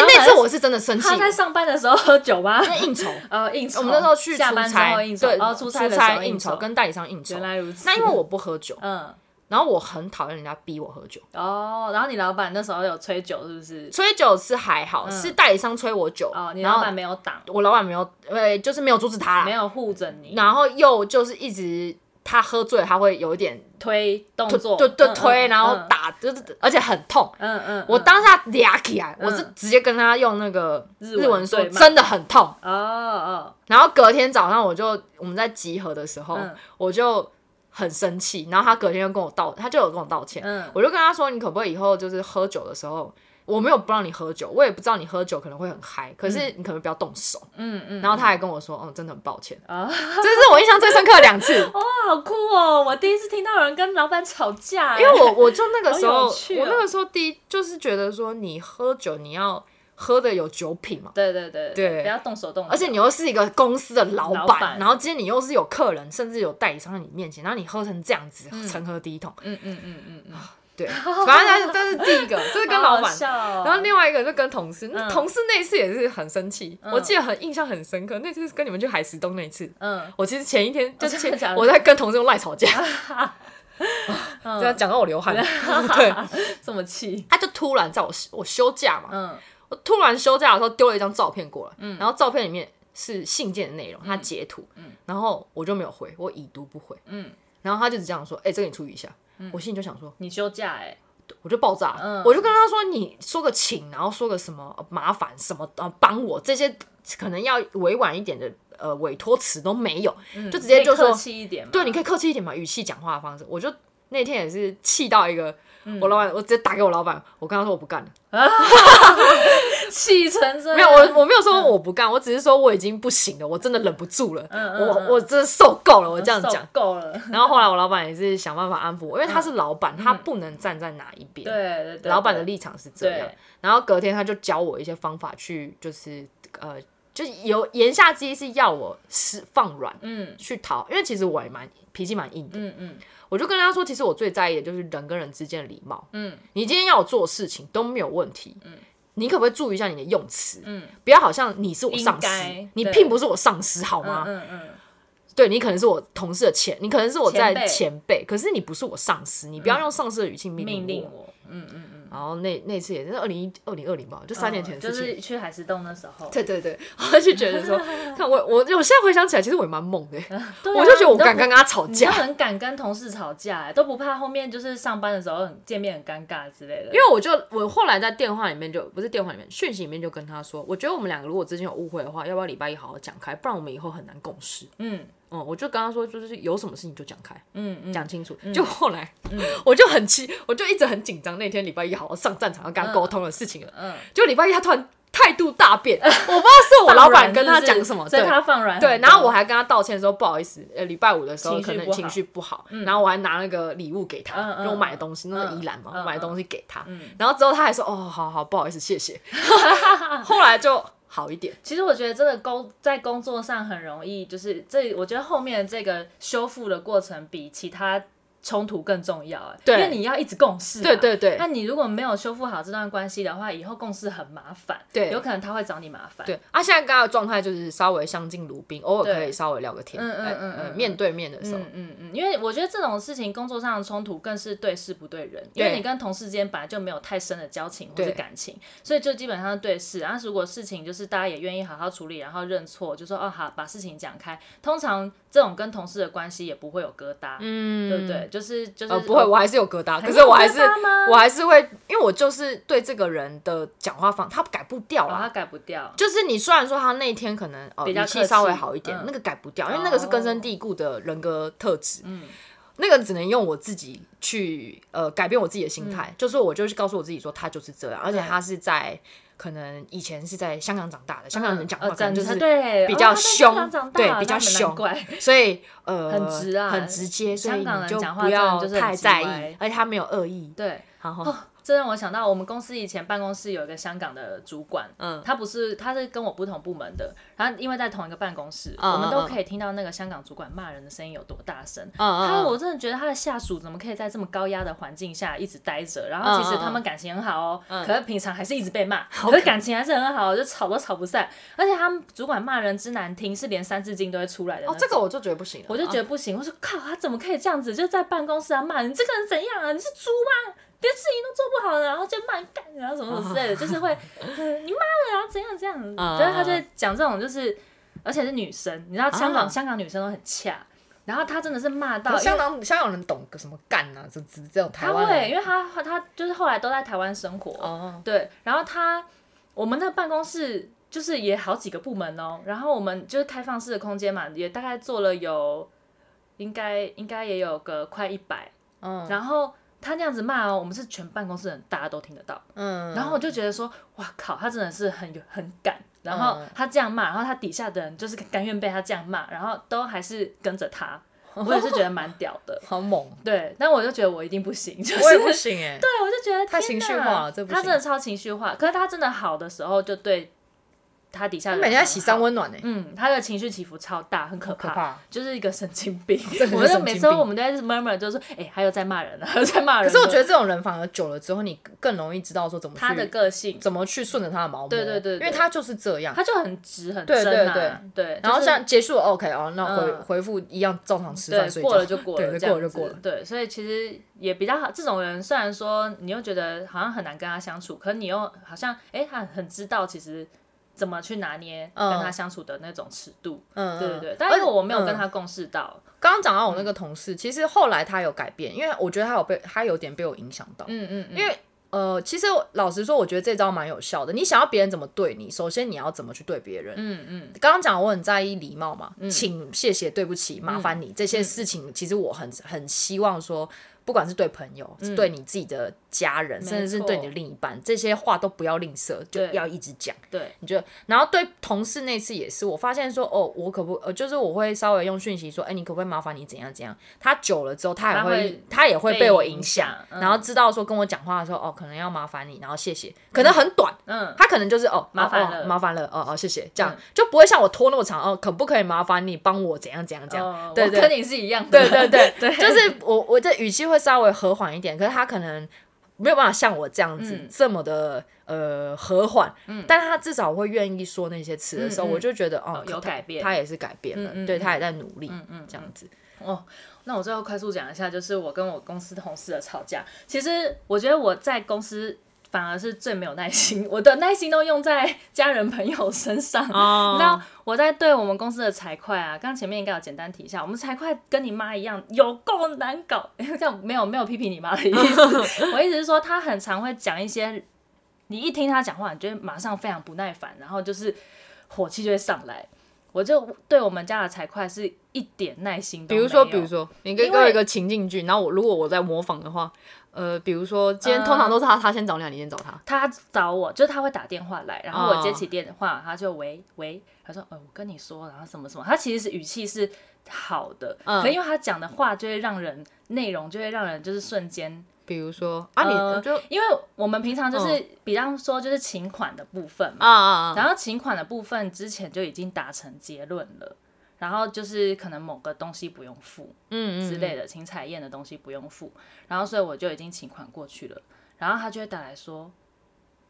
[SPEAKER 2] 老板
[SPEAKER 1] 那次我是真的生气
[SPEAKER 2] 他，在上班的时候喝酒吗？
[SPEAKER 1] 那应酬。
[SPEAKER 2] 呃，应酬，
[SPEAKER 1] 我们那时候去
[SPEAKER 2] 下
[SPEAKER 1] 出
[SPEAKER 2] 班之
[SPEAKER 1] 差
[SPEAKER 2] 后，应酬，
[SPEAKER 1] 对，
[SPEAKER 2] 哦，
[SPEAKER 1] 出
[SPEAKER 2] 差的时候
[SPEAKER 1] 应
[SPEAKER 2] 酬，
[SPEAKER 1] 跟代理商应酬
[SPEAKER 2] 原。来如此。
[SPEAKER 1] 那因为我不喝酒，
[SPEAKER 2] 嗯，
[SPEAKER 1] 然后我很讨厌人家逼我喝酒，
[SPEAKER 2] 哦，然后你老板那时候有吹酒是不是？
[SPEAKER 1] 吹酒是还好，是代理商催我酒，
[SPEAKER 2] 嗯哦，你
[SPEAKER 1] 然
[SPEAKER 2] 老
[SPEAKER 1] 后
[SPEAKER 2] 板没有挡，
[SPEAKER 1] 我老板没有，呃，就是没有阻止他
[SPEAKER 2] 没
[SPEAKER 1] 啦，
[SPEAKER 2] 有护着你，
[SPEAKER 1] 然后又就是一直他喝醉，他会有一点
[SPEAKER 2] 推动
[SPEAKER 1] 就
[SPEAKER 2] 作，
[SPEAKER 1] 就就
[SPEAKER 2] 嗯
[SPEAKER 1] 推，然后，打，就是而且很痛。
[SPEAKER 2] 嗯嗯嗯嗯，
[SPEAKER 1] 我当下俩起来，我是
[SPEAKER 2] 嗯
[SPEAKER 1] 直接跟他用那个
[SPEAKER 2] 日文
[SPEAKER 1] 日文说，
[SPEAKER 2] 对骂
[SPEAKER 1] 真的很痛。
[SPEAKER 2] 哦哦，
[SPEAKER 1] 然后隔天早上，我就我们在集合的时候
[SPEAKER 2] 嗯，
[SPEAKER 1] 我就很生气，然后他隔天就跟我道，他就有跟我道歉，
[SPEAKER 2] 嗯
[SPEAKER 1] 我就跟他说，你可不可以以后就是喝酒的时候，我没有不让你喝酒，我也不知道你喝酒可能会很嗨，可是你可能不要动手。
[SPEAKER 2] 嗯嗯，
[SPEAKER 1] 然后他还跟我说，哦，真的很抱歉，
[SPEAKER 2] 啊，
[SPEAKER 1] 这是我印象最深刻的两次。
[SPEAKER 2] 好酷哦！我第一次听到有人跟老板吵架欸，
[SPEAKER 1] 因为我我就那个时
[SPEAKER 2] 好
[SPEAKER 1] 候，
[SPEAKER 2] 有趣哦
[SPEAKER 1] 我那个时候第一就是觉得说，你喝酒你要喝的有酒品嘛，
[SPEAKER 2] 对对对
[SPEAKER 1] 对
[SPEAKER 2] 不要动手动脚，
[SPEAKER 1] 而且你又是一个公司的老
[SPEAKER 2] 老
[SPEAKER 1] 板，
[SPEAKER 2] 板
[SPEAKER 1] 然后今天你又是有客人，甚至有代理商在你面前，然后你喝成这样子，成何体统？
[SPEAKER 2] 嗯嗯嗯嗯嗯，
[SPEAKER 1] 对，反正这是第一个，这是跟老
[SPEAKER 2] 好好
[SPEAKER 1] 板。
[SPEAKER 2] 笑哦
[SPEAKER 1] 然后另外一个就跟同事，那
[SPEAKER 2] 嗯
[SPEAKER 1] 同事那一次也是很生气，
[SPEAKER 2] 嗯
[SPEAKER 1] 我记得很印象很深刻。那次是跟你们去海石东那一次，
[SPEAKER 2] 嗯
[SPEAKER 1] 我其实前一天就
[SPEAKER 2] 哦
[SPEAKER 1] 是
[SPEAKER 2] 真的假
[SPEAKER 1] 前
[SPEAKER 2] 的
[SPEAKER 1] 我在跟同事用赖吵 架，这样讲到我流汗。
[SPEAKER 2] 嗯
[SPEAKER 1] 对，
[SPEAKER 2] 这么气，
[SPEAKER 1] 他就突然在我我休假嘛，
[SPEAKER 2] 嗯
[SPEAKER 1] 我突然休假的时候丢了一张照片过来，然后照片里面是信件的内容，他截图，然后我就没有回，我已读不回，
[SPEAKER 2] 嗯，
[SPEAKER 1] 然后他就只这样说，哎、这个你处理一下，我心里就想说，
[SPEAKER 2] 你休假哎，
[SPEAKER 1] 我就爆炸了，
[SPEAKER 2] 嗯
[SPEAKER 1] 我就跟他说，你说个请，然后说个什么呃麻烦什么，呃，帮我这些可能要委婉一点的呃委托词都没有，就直接就
[SPEAKER 2] 嗯可以
[SPEAKER 1] 说
[SPEAKER 2] 客气一点嘛，
[SPEAKER 1] 对，你可以客气一点嘛，语气讲话的方式。我就那天也是气到一个，
[SPEAKER 2] 嗯
[SPEAKER 1] 我老板，我直接打给我老板，我跟他说我不干了。
[SPEAKER 2] 气成这样，
[SPEAKER 1] 没有，我我没有说我不干，我只是说我已经不行了，我真的忍不住了，
[SPEAKER 2] 嗯嗯
[SPEAKER 1] 我我真的受够了，我这样
[SPEAKER 2] 受
[SPEAKER 1] 讲。
[SPEAKER 2] 够 了，
[SPEAKER 1] 然后后来我老板也是想办法安抚我，因为他是老板，他不能站在哪一边。
[SPEAKER 2] 嗯对对对，
[SPEAKER 1] 老板的
[SPEAKER 2] 对
[SPEAKER 1] 立场是这样
[SPEAKER 2] 对。
[SPEAKER 1] 然后隔天他就教我一些方法去，就是呃，就是有言下之意是要我是放软
[SPEAKER 2] 嗯
[SPEAKER 1] 去逃，因为其实我也蛮脾气蛮硬的。
[SPEAKER 2] 嗯嗯
[SPEAKER 1] 我就跟他说，其实我最在意的就是人跟人之间的礼貌。
[SPEAKER 2] 嗯
[SPEAKER 1] 你今天要我做事情都没有问题，你可不可以注意一下你的用词？
[SPEAKER 2] 嗯
[SPEAKER 1] 不要好像你是我上司
[SPEAKER 2] 应该，
[SPEAKER 1] 你
[SPEAKER 2] 对
[SPEAKER 1] 并不是我上司，好
[SPEAKER 2] 嗯
[SPEAKER 1] 吗？
[SPEAKER 2] 嗯嗯，
[SPEAKER 1] 对你可能是我同事的前，你可能是我在
[SPEAKER 2] 前辈嗯
[SPEAKER 1] 前辈，可是你不是我上司，你不要用上司的语气命
[SPEAKER 2] 命
[SPEAKER 1] 令
[SPEAKER 2] 令
[SPEAKER 1] 我。
[SPEAKER 2] 我，嗯嗯嗯，
[SPEAKER 1] 然后那那次也是二零一二零二零吧，嗯就三年前的
[SPEAKER 2] 嗯就
[SPEAKER 1] 事情。
[SPEAKER 2] 是去海石洞的时候，
[SPEAKER 1] 对对 对，我就觉得说，看我我我现在回想起来，其实我也蛮猛的欸、
[SPEAKER 2] 对啊
[SPEAKER 1] 我就觉得我
[SPEAKER 2] 你都
[SPEAKER 1] 敢
[SPEAKER 2] 不
[SPEAKER 1] 跟他吵
[SPEAKER 2] 你就
[SPEAKER 1] 架，
[SPEAKER 2] 很敢跟同事吵架、欸，都不怕后面就是上班的时候很见面很尴尬之类的。
[SPEAKER 1] 因为我就我后来在电话里面就不是电话里面讯息里面就跟他说，我觉得我们两个如果之间有误会的话，要不要礼拜一好好讲开，不然我们以后很难共识。
[SPEAKER 2] 嗯
[SPEAKER 1] 嗯，我就跟他说，就是有什么事情就讲开，
[SPEAKER 2] 嗯嗯，
[SPEAKER 1] 讲清楚。就后来， 我就很气，我就一直很紧张。那天礼拜一好好上战场要跟他沟通的事情了，
[SPEAKER 2] 嗯
[SPEAKER 1] 就礼拜一他突然态度大 变，我不知道是我老板跟他讲什么，
[SPEAKER 2] 所以
[SPEAKER 1] 对。
[SPEAKER 2] 他放软很多。
[SPEAKER 1] 对，然后我还跟他道歉说不好意思，呃，礼拜五的时候
[SPEAKER 2] 情绪
[SPEAKER 1] 可能
[SPEAKER 2] 不好
[SPEAKER 1] 情绪不好，然后我还拿那个礼物给他
[SPEAKER 2] 嗯，嗯
[SPEAKER 1] 因为我买的东西，那个
[SPEAKER 2] 嗯
[SPEAKER 1] 宜兰嘛，
[SPEAKER 2] 嗯
[SPEAKER 1] 我买的东西给他
[SPEAKER 2] 嗯，
[SPEAKER 1] 然后之后他还说哦，好好，不好意思，谢 谢。后来就好一点，
[SPEAKER 2] 其实我觉得这个工在工作上很容易，就是这我觉得后面的这个修复的过程比其他冲突更重要、哎，
[SPEAKER 1] 对
[SPEAKER 2] 因为你要一直共事、啊，
[SPEAKER 1] 对对对
[SPEAKER 2] 那你如果没有修复好这段关系的话，以后共事很麻烦，
[SPEAKER 1] 对
[SPEAKER 2] 有可能他会找你麻烦，，
[SPEAKER 1] 对。啊，现在跟他的状态就是稍微相敬如宾，偶尔可以
[SPEAKER 2] 对
[SPEAKER 1] 稍微聊个天，
[SPEAKER 2] 嗯嗯
[SPEAKER 1] 哎
[SPEAKER 2] 嗯
[SPEAKER 1] 呃
[SPEAKER 2] 嗯
[SPEAKER 1] 面对面的时候
[SPEAKER 2] 嗯，嗯嗯，因为我觉得这种事情工作上的冲突更是对事不对人，因
[SPEAKER 1] 对
[SPEAKER 2] 为你跟同事之间本来就没有太深的交情或
[SPEAKER 1] 对
[SPEAKER 2] 是感情，所以就基本上对事。然后如果事情就是大家也愿意好好处理，然后认错，就说哦好，把事情讲开，通常这种跟同事的关系也不会有疙瘩，嗯，对不对？就是就是、哦
[SPEAKER 1] 呃，不会，我还是有疙瘩，可
[SPEAKER 2] 是
[SPEAKER 1] 是我还是
[SPEAKER 2] 有疙瘩吗
[SPEAKER 1] 我还是会，因为我就是对这个人的讲话方，他改不掉
[SPEAKER 2] 哦他
[SPEAKER 1] 啦。
[SPEAKER 2] 改不掉，
[SPEAKER 1] 就是你虽然说他那一天可能呃
[SPEAKER 2] 比
[SPEAKER 1] 语
[SPEAKER 2] 较
[SPEAKER 1] 气
[SPEAKER 2] 客
[SPEAKER 1] 稍微
[SPEAKER 2] 气
[SPEAKER 1] 好一点，
[SPEAKER 2] 嗯哦
[SPEAKER 1] 那个改不掉，因为那个是根深蒂固的人格特质。
[SPEAKER 2] 嗯
[SPEAKER 1] 那个只能用我自己去呃改变我自己的心
[SPEAKER 2] 嗯
[SPEAKER 1] 态，就是我就是告诉我自己说他就是这样，而且他是在可能以前是在香港长大的，香港人讲话
[SPEAKER 2] 呃，
[SPEAKER 1] 可能
[SPEAKER 2] 真
[SPEAKER 1] 就
[SPEAKER 2] 的
[SPEAKER 1] 是
[SPEAKER 2] 对
[SPEAKER 1] 比较
[SPEAKER 2] 哦他在
[SPEAKER 1] 凶
[SPEAKER 2] 香港长大
[SPEAKER 1] 对
[SPEAKER 2] 那
[SPEAKER 1] 比较
[SPEAKER 2] 很难
[SPEAKER 1] 凶
[SPEAKER 2] 怪
[SPEAKER 1] 所以呃
[SPEAKER 2] 很直啊
[SPEAKER 1] 很直接，所以
[SPEAKER 2] 香港
[SPEAKER 1] 你
[SPEAKER 2] 人
[SPEAKER 1] 就
[SPEAKER 2] 讲话
[SPEAKER 1] 不要
[SPEAKER 2] 真的就是很
[SPEAKER 1] 太
[SPEAKER 2] 直
[SPEAKER 1] 在意
[SPEAKER 2] 白，
[SPEAKER 1] 而且他没有恶意。
[SPEAKER 2] 对。
[SPEAKER 1] 然后
[SPEAKER 2] 哦，这让我想到我们公司以前办公室有一个香港的主管，
[SPEAKER 1] 嗯
[SPEAKER 2] 他不是他是跟我不同部门的，然后因为在同一个办公室，
[SPEAKER 1] 嗯
[SPEAKER 2] 我们
[SPEAKER 1] 嗯
[SPEAKER 2] 都可以听到那个香港主管骂人的声音有多大声。
[SPEAKER 1] 嗯嗯
[SPEAKER 2] 他
[SPEAKER 1] 嗯
[SPEAKER 2] 我真的觉得他的下属怎么可以在这么高压的环境下一直待着？然后其实
[SPEAKER 1] 嗯
[SPEAKER 2] 他们感情很好哦，可是平常还是一直被骂，可是感情还是很好，哦就吵都吵不散。而且他们主管骂人之难听，是连三字经都会出来的那
[SPEAKER 1] 哦，
[SPEAKER 2] 种。
[SPEAKER 1] 这个我就觉得不行了，啊
[SPEAKER 2] 我就觉得不行，我说靠，他怎么可以这样子？就在办公室啊骂你这个人怎样啊？你是猪吗？连事情都做不好，然后就骂你干，然后什么什 么之类的，就是会，嗯你骂了啊，怎样怎样，
[SPEAKER 1] 嗯
[SPEAKER 2] 然后他就会讲这种，就是而且是女生，你知道香港、
[SPEAKER 1] 啊
[SPEAKER 2] 香港女生都很恰，然后她真的是骂
[SPEAKER 1] 啊
[SPEAKER 2] 到，
[SPEAKER 1] 香
[SPEAKER 2] 因为
[SPEAKER 1] 港香港人懂个什么干啊，这这这种台
[SPEAKER 2] 她
[SPEAKER 1] 湾
[SPEAKER 2] 会，
[SPEAKER 1] 人
[SPEAKER 2] 因为她她就是后来都在台湾生活，
[SPEAKER 1] 哦，
[SPEAKER 2] 对，然后他我们的办公室就是也好几个部门哦，然后我们就是开放式的空间嘛，也大概做了有应该应该也有个快一百，
[SPEAKER 1] 嗯
[SPEAKER 2] 然后他那样子骂哦，我们是全办公室人大家都听得到，
[SPEAKER 1] 嗯，
[SPEAKER 2] 然后我就觉得说，哇靠，他真的是很有很敢。然后
[SPEAKER 1] 嗯。
[SPEAKER 2] 他这样骂，然后他底下的人就是甘愿被他这样骂，然后都还是跟着他，我也是觉得蛮屌的
[SPEAKER 1] 好 猛，
[SPEAKER 2] 对，但我就觉得我一定不行，就是
[SPEAKER 1] 我也不行哎，
[SPEAKER 2] 对，我就觉得
[SPEAKER 1] 太情
[SPEAKER 2] 天
[SPEAKER 1] 绪
[SPEAKER 2] 哪
[SPEAKER 1] 化了这不
[SPEAKER 2] 他
[SPEAKER 1] 行
[SPEAKER 2] 真的超情绪化，可是他真的好的时候，就对他底下的
[SPEAKER 1] 他
[SPEAKER 2] 人
[SPEAKER 1] 每天在
[SPEAKER 2] 很
[SPEAKER 1] 洗
[SPEAKER 2] 好
[SPEAKER 1] 三，温暖哎，
[SPEAKER 2] 嗯，他的情绪起伏超大，很可
[SPEAKER 1] 可
[SPEAKER 2] 怕。
[SPEAKER 1] 怕。
[SPEAKER 2] 就是一个神经病
[SPEAKER 1] 真，的
[SPEAKER 2] 我
[SPEAKER 1] 是神
[SPEAKER 2] 们就每
[SPEAKER 1] 经
[SPEAKER 2] 次
[SPEAKER 1] 病
[SPEAKER 2] 我们都在 murmur，就说，哎、还有在骂人啊， 还有在骂
[SPEAKER 1] 可
[SPEAKER 2] 人啊。
[SPEAKER 1] 是我觉得这种人反而久了之后，你更容易知道说怎么去
[SPEAKER 2] 他的个性，
[SPEAKER 1] 怎么去顺着他的毛摸。
[SPEAKER 2] 对对对对
[SPEAKER 1] 因为他就是这样。
[SPEAKER 2] 他就很直很
[SPEAKER 1] 对
[SPEAKER 2] 真
[SPEAKER 1] 对
[SPEAKER 2] 啊，对
[SPEAKER 1] 然后
[SPEAKER 2] 就是
[SPEAKER 1] 像结束了 OK 哦，那回、
[SPEAKER 2] 嗯
[SPEAKER 1] 回复一样照常吃饭
[SPEAKER 2] 对，
[SPEAKER 1] 睡觉。
[SPEAKER 2] 过了就过
[SPEAKER 1] 对
[SPEAKER 2] 了，
[SPEAKER 1] 对
[SPEAKER 2] 这样
[SPEAKER 1] 过了就
[SPEAKER 2] 子
[SPEAKER 1] 过了
[SPEAKER 2] 对，所以其实也比较好。这种人虽然说你又觉得好像很难跟他相处，可你又好像哎，他很知道其实怎么去拿捏
[SPEAKER 1] 嗯
[SPEAKER 2] 跟他相处的那种尺度。
[SPEAKER 1] 嗯，嗯
[SPEAKER 2] 对对对
[SPEAKER 1] 嗯，
[SPEAKER 2] 但因为我没有
[SPEAKER 1] 嗯
[SPEAKER 2] 跟他共事到，
[SPEAKER 1] 刚刚讲到我
[SPEAKER 2] 嗯
[SPEAKER 1] 那个同事，其实后来他有改变，因为我觉得他有被他有点被我影响到。
[SPEAKER 2] 嗯嗯嗯，
[SPEAKER 1] 因为呃，其实老实说，我觉得这招蛮有效的。你想要别人怎么对你，首先你要怎么去对别人。
[SPEAKER 2] 嗯嗯
[SPEAKER 1] 刚刚讲我很在意礼貌嘛，请、谢谢、对不起、
[SPEAKER 2] 嗯
[SPEAKER 1] 麻烦你、这些事情，其实我很很希望说，不管是对朋友、是对你自己的家人，
[SPEAKER 2] 嗯没
[SPEAKER 1] 甚至是对你的
[SPEAKER 2] 错
[SPEAKER 1] 另一半，这些话都不要吝啬，就
[SPEAKER 2] 对
[SPEAKER 1] 要一直讲。
[SPEAKER 2] 对，
[SPEAKER 1] 你就，然后对同事那次也是，我发现说，哦，我可不，呃，就是我会稍微用讯息说，哎，你可不可以麻烦你怎样怎样？他久了之后，他也
[SPEAKER 2] 他
[SPEAKER 1] 会，
[SPEAKER 2] 会
[SPEAKER 1] 他也会被我影
[SPEAKER 2] 被你影响嗯
[SPEAKER 1] 然后知道说跟我讲话的时候，哦，可能要麻烦你，然后谢谢，可能很短，
[SPEAKER 2] 嗯
[SPEAKER 1] 他可能就是哦，
[SPEAKER 2] 麻烦
[SPEAKER 1] 哦哦
[SPEAKER 2] 了嗯
[SPEAKER 1] 麻烦了，哦哦，谢谢，这样、就不会像我拖那么长，哦，可不可以麻烦你帮我怎样怎样怎样？
[SPEAKER 2] 哦，
[SPEAKER 1] 对
[SPEAKER 2] 我
[SPEAKER 1] 对
[SPEAKER 2] 跟你是一样的，
[SPEAKER 1] 对对对
[SPEAKER 2] 对，
[SPEAKER 1] 就是我我的语气会稍微和缓一点，可是他可能
[SPEAKER 4] 没有办法像我这样子、
[SPEAKER 2] 嗯
[SPEAKER 4] 这么的呃和缓，但他至少会愿意说那些词的时候，
[SPEAKER 2] 嗯嗯
[SPEAKER 4] 我就觉得哦，他
[SPEAKER 2] 有改变
[SPEAKER 4] 他也是改变了，
[SPEAKER 2] 嗯嗯
[SPEAKER 4] 对
[SPEAKER 2] 嗯
[SPEAKER 4] 他也在努力，这样子。
[SPEAKER 2] 那我最后快速讲一下，就是我跟我公司同事的吵架。其实我觉得我在公司反而是最没有耐心，我的耐心都用在家人朋友身上。
[SPEAKER 1] 哦
[SPEAKER 2] 你知道我在对我们公司的财会啊，刚前面应该有简单提一下，我们财会跟你妈一样有够难搞， 这样没有没有批评你妈的意思， 我意思是说他很常会讲一些，你一听他讲话，你就会马上非常不耐烦，然后就是火气就会上来。我就对我们家的财会是一点耐心都
[SPEAKER 1] 比
[SPEAKER 2] 没有。
[SPEAKER 1] 如说，比如说，你可以
[SPEAKER 2] 因
[SPEAKER 1] 给我
[SPEAKER 2] 为
[SPEAKER 1] 一个情境剧，然后我如果我在模仿的话，呃，比如说今天通
[SPEAKER 2] 呃
[SPEAKER 1] 常都是他，他先找你，啊，你先找他，
[SPEAKER 2] 他找我，就是他会打电话来，然后
[SPEAKER 1] 哦
[SPEAKER 2] 我接起电话，他就喂喂，他说，呃，我跟你说，然后什么什么，他其实是语气是好的，
[SPEAKER 1] 嗯
[SPEAKER 2] 可能因为他讲的话就会让人内容就会让人就是瞬间，
[SPEAKER 1] 比如说啊，你
[SPEAKER 2] 呃
[SPEAKER 1] 就
[SPEAKER 2] 因为我们平常就是、比方说就是请款的部分嘛，
[SPEAKER 1] 啊啊啊，
[SPEAKER 2] 然后请款的部分之前就已经达成结论了，然后就是可能某个东西不用付，
[SPEAKER 1] 嗯
[SPEAKER 2] 之类的，请彩宴的东西不用付，然后所以我就已经请款过去了，然后他就会打来说，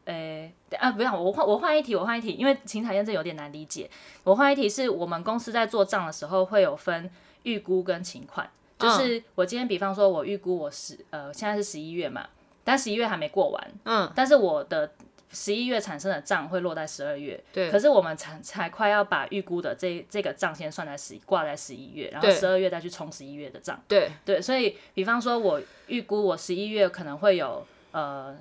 [SPEAKER 2] 诶、啊，不要，我换我换一题，我换一题，因为请彩宴这有点难理解，我换一题是我们公司在做账的时候会有分预估跟请款，
[SPEAKER 1] 嗯
[SPEAKER 2] 就是我今天比方说我预估我十呃现在是十一月嘛，但十一月还没过完，
[SPEAKER 1] 嗯，
[SPEAKER 2] 但是我的十一月产生的账会落在十二月，
[SPEAKER 1] 对
[SPEAKER 2] 可是我们才才快要把预估的这这个账先算在十挂在十一月，然后
[SPEAKER 1] 对
[SPEAKER 2] 十二月再去冲十一月的账。
[SPEAKER 1] 对，
[SPEAKER 2] 对，所以比方说，我预估我十一月可能会有呃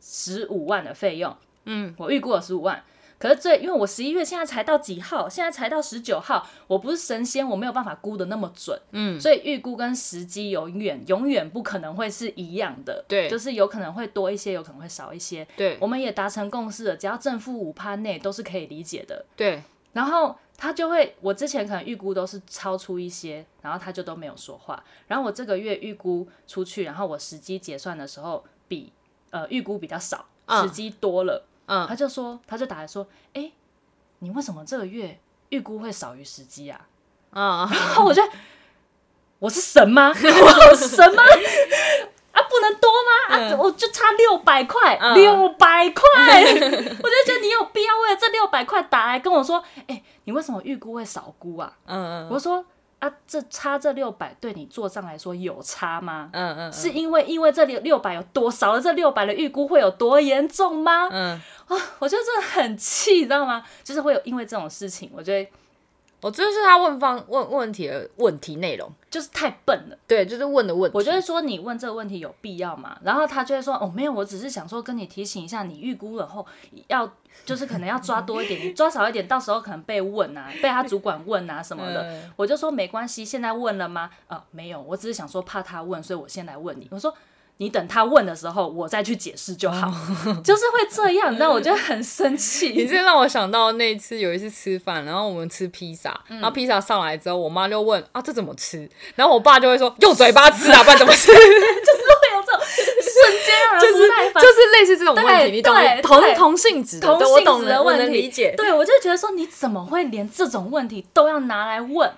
[SPEAKER 2] 十五万的费用，嗯，我预估有十五万。可是最，因为我十一月现在才到几号？现在才到十九号，我不是神仙，我没有办法估的那么准，嗯，所以预估跟时机永远永远不可能会是一样的，
[SPEAKER 1] 对
[SPEAKER 2] 就是有可能会多一些，有可能会少一些，
[SPEAKER 1] 对
[SPEAKER 2] 我们也达成共识了，只要正负五趴内都是可以理解的，
[SPEAKER 1] 对，
[SPEAKER 2] 然后他就会，我之前可能预估都是超出一些，然后他就都没有说话。然后我这个月预估出去，然后我实际结算的时候比呃预估比较少，
[SPEAKER 1] 嗯
[SPEAKER 2] 实际多了，
[SPEAKER 1] 嗯
[SPEAKER 2] 他就说，他就打来说，哎，你为什么这个月预估会少于实际啊？
[SPEAKER 1] 嗯，
[SPEAKER 2] 然后我就， 我是神吗？我是神吗？啊，不能多吗？
[SPEAKER 1] 嗯
[SPEAKER 2] 啊，我就差六百块，六百块， 我就觉得你有必要为了这六百块打来跟我说，哎、你为什么预估会少估啊？
[SPEAKER 1] 嗯嗯
[SPEAKER 2] 我说啊，这差这六百对你做账来说有差吗？
[SPEAKER 1] 嗯嗯，
[SPEAKER 2] 是因为因为这里六百有多少了这六百的预估会有多严重吗？
[SPEAKER 1] 嗯，
[SPEAKER 2] 我就真的很气，你知道吗？就是会有因为这种事情，我觉得
[SPEAKER 1] 我哦这是他问方问问题的问题内容，
[SPEAKER 2] 就是太笨了。
[SPEAKER 1] 对，就是问的问题，
[SPEAKER 2] 我就会说你问这个问题有必要吗？然后他就会说哦没有，我只是想说跟你提醒一下，你预估了后要就是可能要抓多 一点，你抓少一点，到时候可能被问啊，被他主管问啊什么的。
[SPEAKER 1] 嗯
[SPEAKER 2] 我就说没关系，现在问了吗？啊、没有，我只是想说怕他问，所以我先来问你。我说。你等他问的时候，我再去解释就 好，就是会这样，你知道，我就很生气。
[SPEAKER 1] 你这让我想到那一次有一次吃饭，
[SPEAKER 2] 嗯
[SPEAKER 1] 然后我们吃披萨，然后披萨上来之后，我妈就问啊这怎么吃，然后我爸就会说用嘴巴吃啊，不然怎么 吃？
[SPEAKER 2] 会有这种瞬间让人
[SPEAKER 1] 就
[SPEAKER 2] 不
[SPEAKER 1] 是
[SPEAKER 2] 耐烦，
[SPEAKER 1] 就是类似这种问
[SPEAKER 2] 对
[SPEAKER 1] 题，你懂
[SPEAKER 2] 对
[SPEAKER 1] 同
[SPEAKER 2] 对
[SPEAKER 1] 同性质的，
[SPEAKER 2] 同
[SPEAKER 1] 对我
[SPEAKER 2] 性
[SPEAKER 1] 懂
[SPEAKER 2] 质
[SPEAKER 1] 了
[SPEAKER 2] 的
[SPEAKER 1] 我
[SPEAKER 2] 问
[SPEAKER 1] 能
[SPEAKER 2] 题，
[SPEAKER 1] 理解。
[SPEAKER 2] 对我就觉得说，你怎么会连这种问题都要拿来问？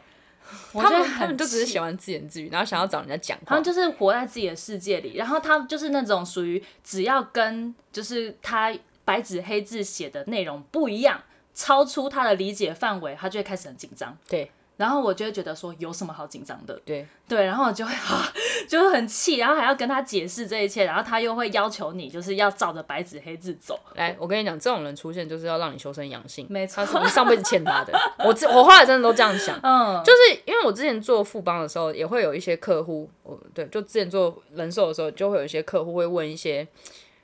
[SPEAKER 2] 我
[SPEAKER 1] 他
[SPEAKER 2] 觉得
[SPEAKER 1] 们他们
[SPEAKER 2] 很
[SPEAKER 1] 就只是
[SPEAKER 2] 气
[SPEAKER 1] 喜欢自言自语，然后想要找人家讲
[SPEAKER 2] 他
[SPEAKER 1] 话
[SPEAKER 2] 们。就是活在自己的世界里，然后他就是那种属于只要跟就是他白纸黑字写的内容不一样，超出他的理解范围，他就会开始很紧张。
[SPEAKER 1] 对
[SPEAKER 2] 然后我就会觉得说，有什么好紧张的？
[SPEAKER 1] 对，
[SPEAKER 2] 对，然后我就会 啊，就是很气，然后还要跟他解释这一切，然后他又会要求你就是要照着白纸黑字走。
[SPEAKER 1] 来，我跟你讲，这种人出现就是要让你修身养性，
[SPEAKER 2] 没错
[SPEAKER 1] 他是你上辈子欠他的。我自我后来真的都这样想，
[SPEAKER 2] 嗯，
[SPEAKER 1] 就是因为我之前做富邦的时候，也会有一些客户，我对，就之前做人寿的时候，就会有一些客户会问一些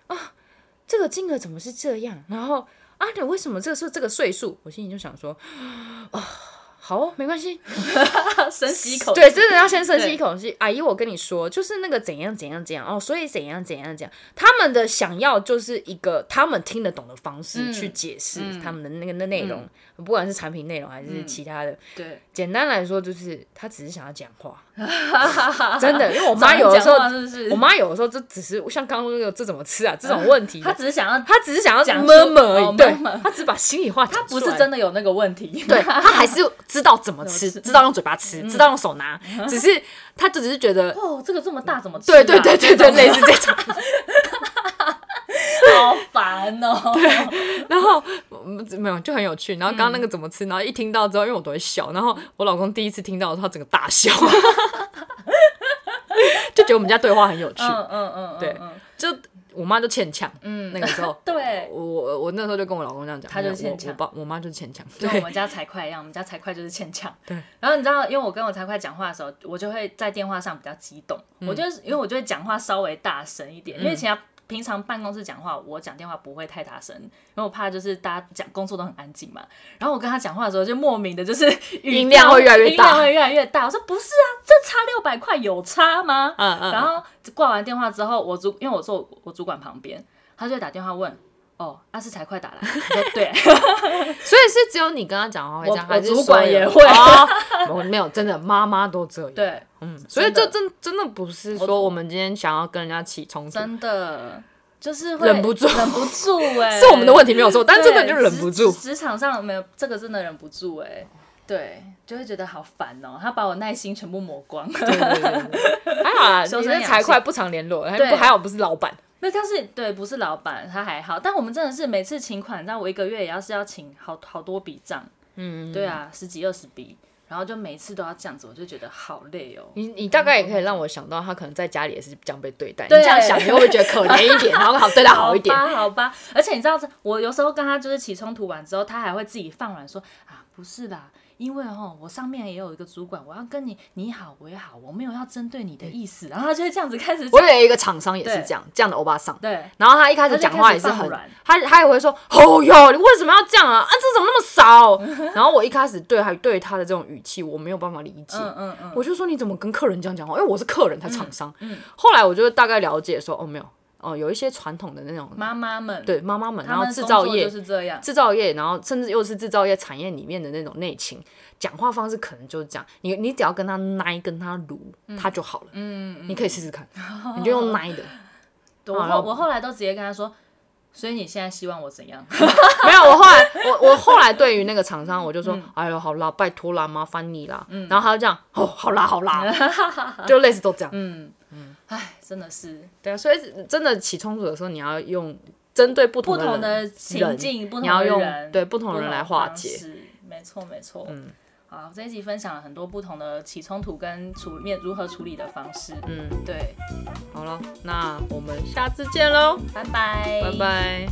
[SPEAKER 1] 啊，这个金额怎么是这样？然后啊，你为什么这个是这个岁数？我心里就想说，啊，好哦、没关系，
[SPEAKER 2] 就深吸一口气，
[SPEAKER 1] 对，真的要先深吸
[SPEAKER 2] 哦对
[SPEAKER 1] 一口气。阿姨，我跟你说，就是那个怎样怎样怎样哦，所以怎样怎样怎样，他们的想要就是一个他们听得懂的方式去解释他们的那个那内容，不管是产品内容还是其他的。
[SPEAKER 2] 对，
[SPEAKER 1] 简单来说，就是他只是想要讲 话，真的。因为我妈有的时
[SPEAKER 2] 讲
[SPEAKER 1] 候
[SPEAKER 2] 话，是不是
[SPEAKER 1] 我妈有的时候就只是像刚刚那个这怎么吃啊这种问题，
[SPEAKER 2] 他只是想要，
[SPEAKER 1] 她只是想要
[SPEAKER 2] 讲出
[SPEAKER 1] 么么而
[SPEAKER 2] 哦
[SPEAKER 1] 已，对
[SPEAKER 2] ，murmur，
[SPEAKER 1] 她只是把心里话讲
[SPEAKER 2] 他不
[SPEAKER 1] 出
[SPEAKER 2] 是
[SPEAKER 1] 来
[SPEAKER 2] 真的有那个问题，
[SPEAKER 1] 对他还是知道怎么吃，知道用嘴巴吃，
[SPEAKER 2] 嗯
[SPEAKER 1] 知道用手拿，只是他就只是觉得，
[SPEAKER 2] 哦哦，这个这么大怎么吃啊？
[SPEAKER 1] 对对对对对，类似这种。
[SPEAKER 2] 烦 哦。
[SPEAKER 1] 然后嗯没有就很有趣。然后刚刚
[SPEAKER 2] 嗯
[SPEAKER 1] 那个怎么吃，然后一听到之后，因为我都会笑，然后我老公第一次听到的时候，他整个大笑， 就觉得我们家对话很有趣。
[SPEAKER 2] 嗯嗯嗯，
[SPEAKER 1] 对
[SPEAKER 2] 嗯，
[SPEAKER 1] 就我妈就欠呛，
[SPEAKER 2] 嗯。
[SPEAKER 1] 那个时候
[SPEAKER 2] 对，
[SPEAKER 1] 我我我那时候就跟我老公这样讲，
[SPEAKER 2] 他就
[SPEAKER 1] 我
[SPEAKER 2] 欠呛
[SPEAKER 1] 我爸我妈就欠呛，
[SPEAKER 2] 就跟
[SPEAKER 1] 对
[SPEAKER 2] 我，们家财会一样，我们家财会就是欠呛。
[SPEAKER 1] 对。
[SPEAKER 2] 然后你知道，因为我跟我财会讲话的时候，我就会在电话上比较激动，
[SPEAKER 1] 嗯
[SPEAKER 2] 我就是因为我就会讲话稍微大声一点，因为其他平常办公室讲话，我讲电话不会太大声，因为我怕就是大家讲工作都很安静嘛。然后我跟他讲话的时候，就莫名的就是 语
[SPEAKER 1] 音量会越来越大
[SPEAKER 2] 音量会越来越大。我说不是啊，这差六百块有差吗？
[SPEAKER 1] 嗯嗯，
[SPEAKER 2] 然后挂完电话之后，我主因为我坐我主管旁边，他就会打电话问。哦，那、是财会打来，我说 对，
[SPEAKER 1] 所以是只有你跟他讲话会这样，
[SPEAKER 2] 我
[SPEAKER 1] 还是
[SPEAKER 2] 我主
[SPEAKER 1] 所有
[SPEAKER 2] 管
[SPEAKER 1] 人
[SPEAKER 2] 也会
[SPEAKER 1] 哦我没有，真的妈妈都这样。，
[SPEAKER 2] 对，
[SPEAKER 1] 嗯，所以
[SPEAKER 2] 真
[SPEAKER 1] 这
[SPEAKER 2] 的
[SPEAKER 1] 真真的不是说我们今天想要跟人家起冲突，
[SPEAKER 2] 真的就是会
[SPEAKER 1] 忍不住
[SPEAKER 2] 忍不 住哎、
[SPEAKER 1] 是我们的问题没有错，但
[SPEAKER 2] 对，
[SPEAKER 1] 真的就忍不
[SPEAKER 2] 职
[SPEAKER 1] 住
[SPEAKER 2] 职。职场上没有这个，真的忍不住哎、对，就会觉得好烦哦、他把我耐心全部抹光。
[SPEAKER 1] 对 对对对还好啦，
[SPEAKER 2] 修
[SPEAKER 1] 哎你
[SPEAKER 2] 身
[SPEAKER 1] 那
[SPEAKER 2] 养性
[SPEAKER 1] 财会不常联络，还哎
[SPEAKER 2] 对
[SPEAKER 1] 不还好不是老板，
[SPEAKER 2] 那但是对，不是老板，他还好，但我们真的是每次请款，你知道我一个月也要是要请好好多笔账，嗯，对啊，十几二十笔，然后就每次都要这样子，我就觉得好累哦、
[SPEAKER 1] 你你大概也可以让我想到，他可能在家里也是这样被对待。你
[SPEAKER 2] 对
[SPEAKER 1] 这样想，你会不会觉得可怜一 点，然后好对他好一点？
[SPEAKER 2] 吧，好吧。而且你知道，我有时候跟他就是起冲突完之后，他还会自己放软说啊，不是啦。因为哦，我上面也有一个主管，我要跟你你好我也好，我没有要针对你的意思，然后他就会这样子开始
[SPEAKER 1] 我
[SPEAKER 2] 讲，
[SPEAKER 1] 有一个厂商也是
[SPEAKER 2] 对
[SPEAKER 1] 这样，这样的欧巴桑。
[SPEAKER 2] 对
[SPEAKER 1] 然后他一开始
[SPEAKER 2] 他就
[SPEAKER 1] 讲话
[SPEAKER 2] 开
[SPEAKER 1] 也
[SPEAKER 2] 始
[SPEAKER 1] 是
[SPEAKER 2] 放
[SPEAKER 1] 很
[SPEAKER 2] 软，
[SPEAKER 1] 他他也会说：“哦哟，你为什么要这样啊？啊，这怎么那么
[SPEAKER 2] 嗯
[SPEAKER 1] 少？”啊然后我一开始对还对他的这种语气，我没有办法理解。
[SPEAKER 2] 嗯嗯嗯，
[SPEAKER 1] 我就说你怎么跟客人这样讲话？因为我是客人，他厂商。后来我就大概了解说，哦，没有，哦，有一些传统的那种
[SPEAKER 2] 妈妈们，
[SPEAKER 1] 对妈妈们，然
[SPEAKER 2] 他
[SPEAKER 1] 后
[SPEAKER 2] 们
[SPEAKER 1] 制造
[SPEAKER 2] 工作
[SPEAKER 1] 业
[SPEAKER 2] 就是这样，
[SPEAKER 1] 制造业，然后甚至又是制造业产业里面的那种内勤，讲话方式可能就是这样。你你只要跟他奶，跟他撸，他就好了。嗯，你可以试试看，你就用奶的。
[SPEAKER 2] 我
[SPEAKER 1] 然后
[SPEAKER 2] 后我后来都直接跟他说，所以你现在希望我怎样？
[SPEAKER 1] 没有，我后来我我后来对于那个厂商，我就
[SPEAKER 2] 嗯
[SPEAKER 1] 说，哎呦，好啦，拜托啦，麻烦你啦。然后他就这样，哦，好啦，好 啦，就类似都这样。
[SPEAKER 2] 嗯
[SPEAKER 1] 嗯
[SPEAKER 2] 唉，真的是
[SPEAKER 1] 对啊，所以真的起冲突的时候，你要用针对不
[SPEAKER 2] 不
[SPEAKER 1] 的
[SPEAKER 2] 同的
[SPEAKER 1] 人
[SPEAKER 2] 情境，不
[SPEAKER 1] 你
[SPEAKER 2] 同
[SPEAKER 1] 要
[SPEAKER 2] 的
[SPEAKER 1] 用
[SPEAKER 2] 人，
[SPEAKER 1] 对不同的人来化
[SPEAKER 2] 方
[SPEAKER 1] 解。
[SPEAKER 2] 式。没错，没错。嗯，好，这一集分享了很多不同的起冲突跟处面如何处理的方式。
[SPEAKER 1] 嗯，
[SPEAKER 2] 对，
[SPEAKER 1] 好了，那我们下次见喽，
[SPEAKER 2] 拜拜，
[SPEAKER 1] 拜拜。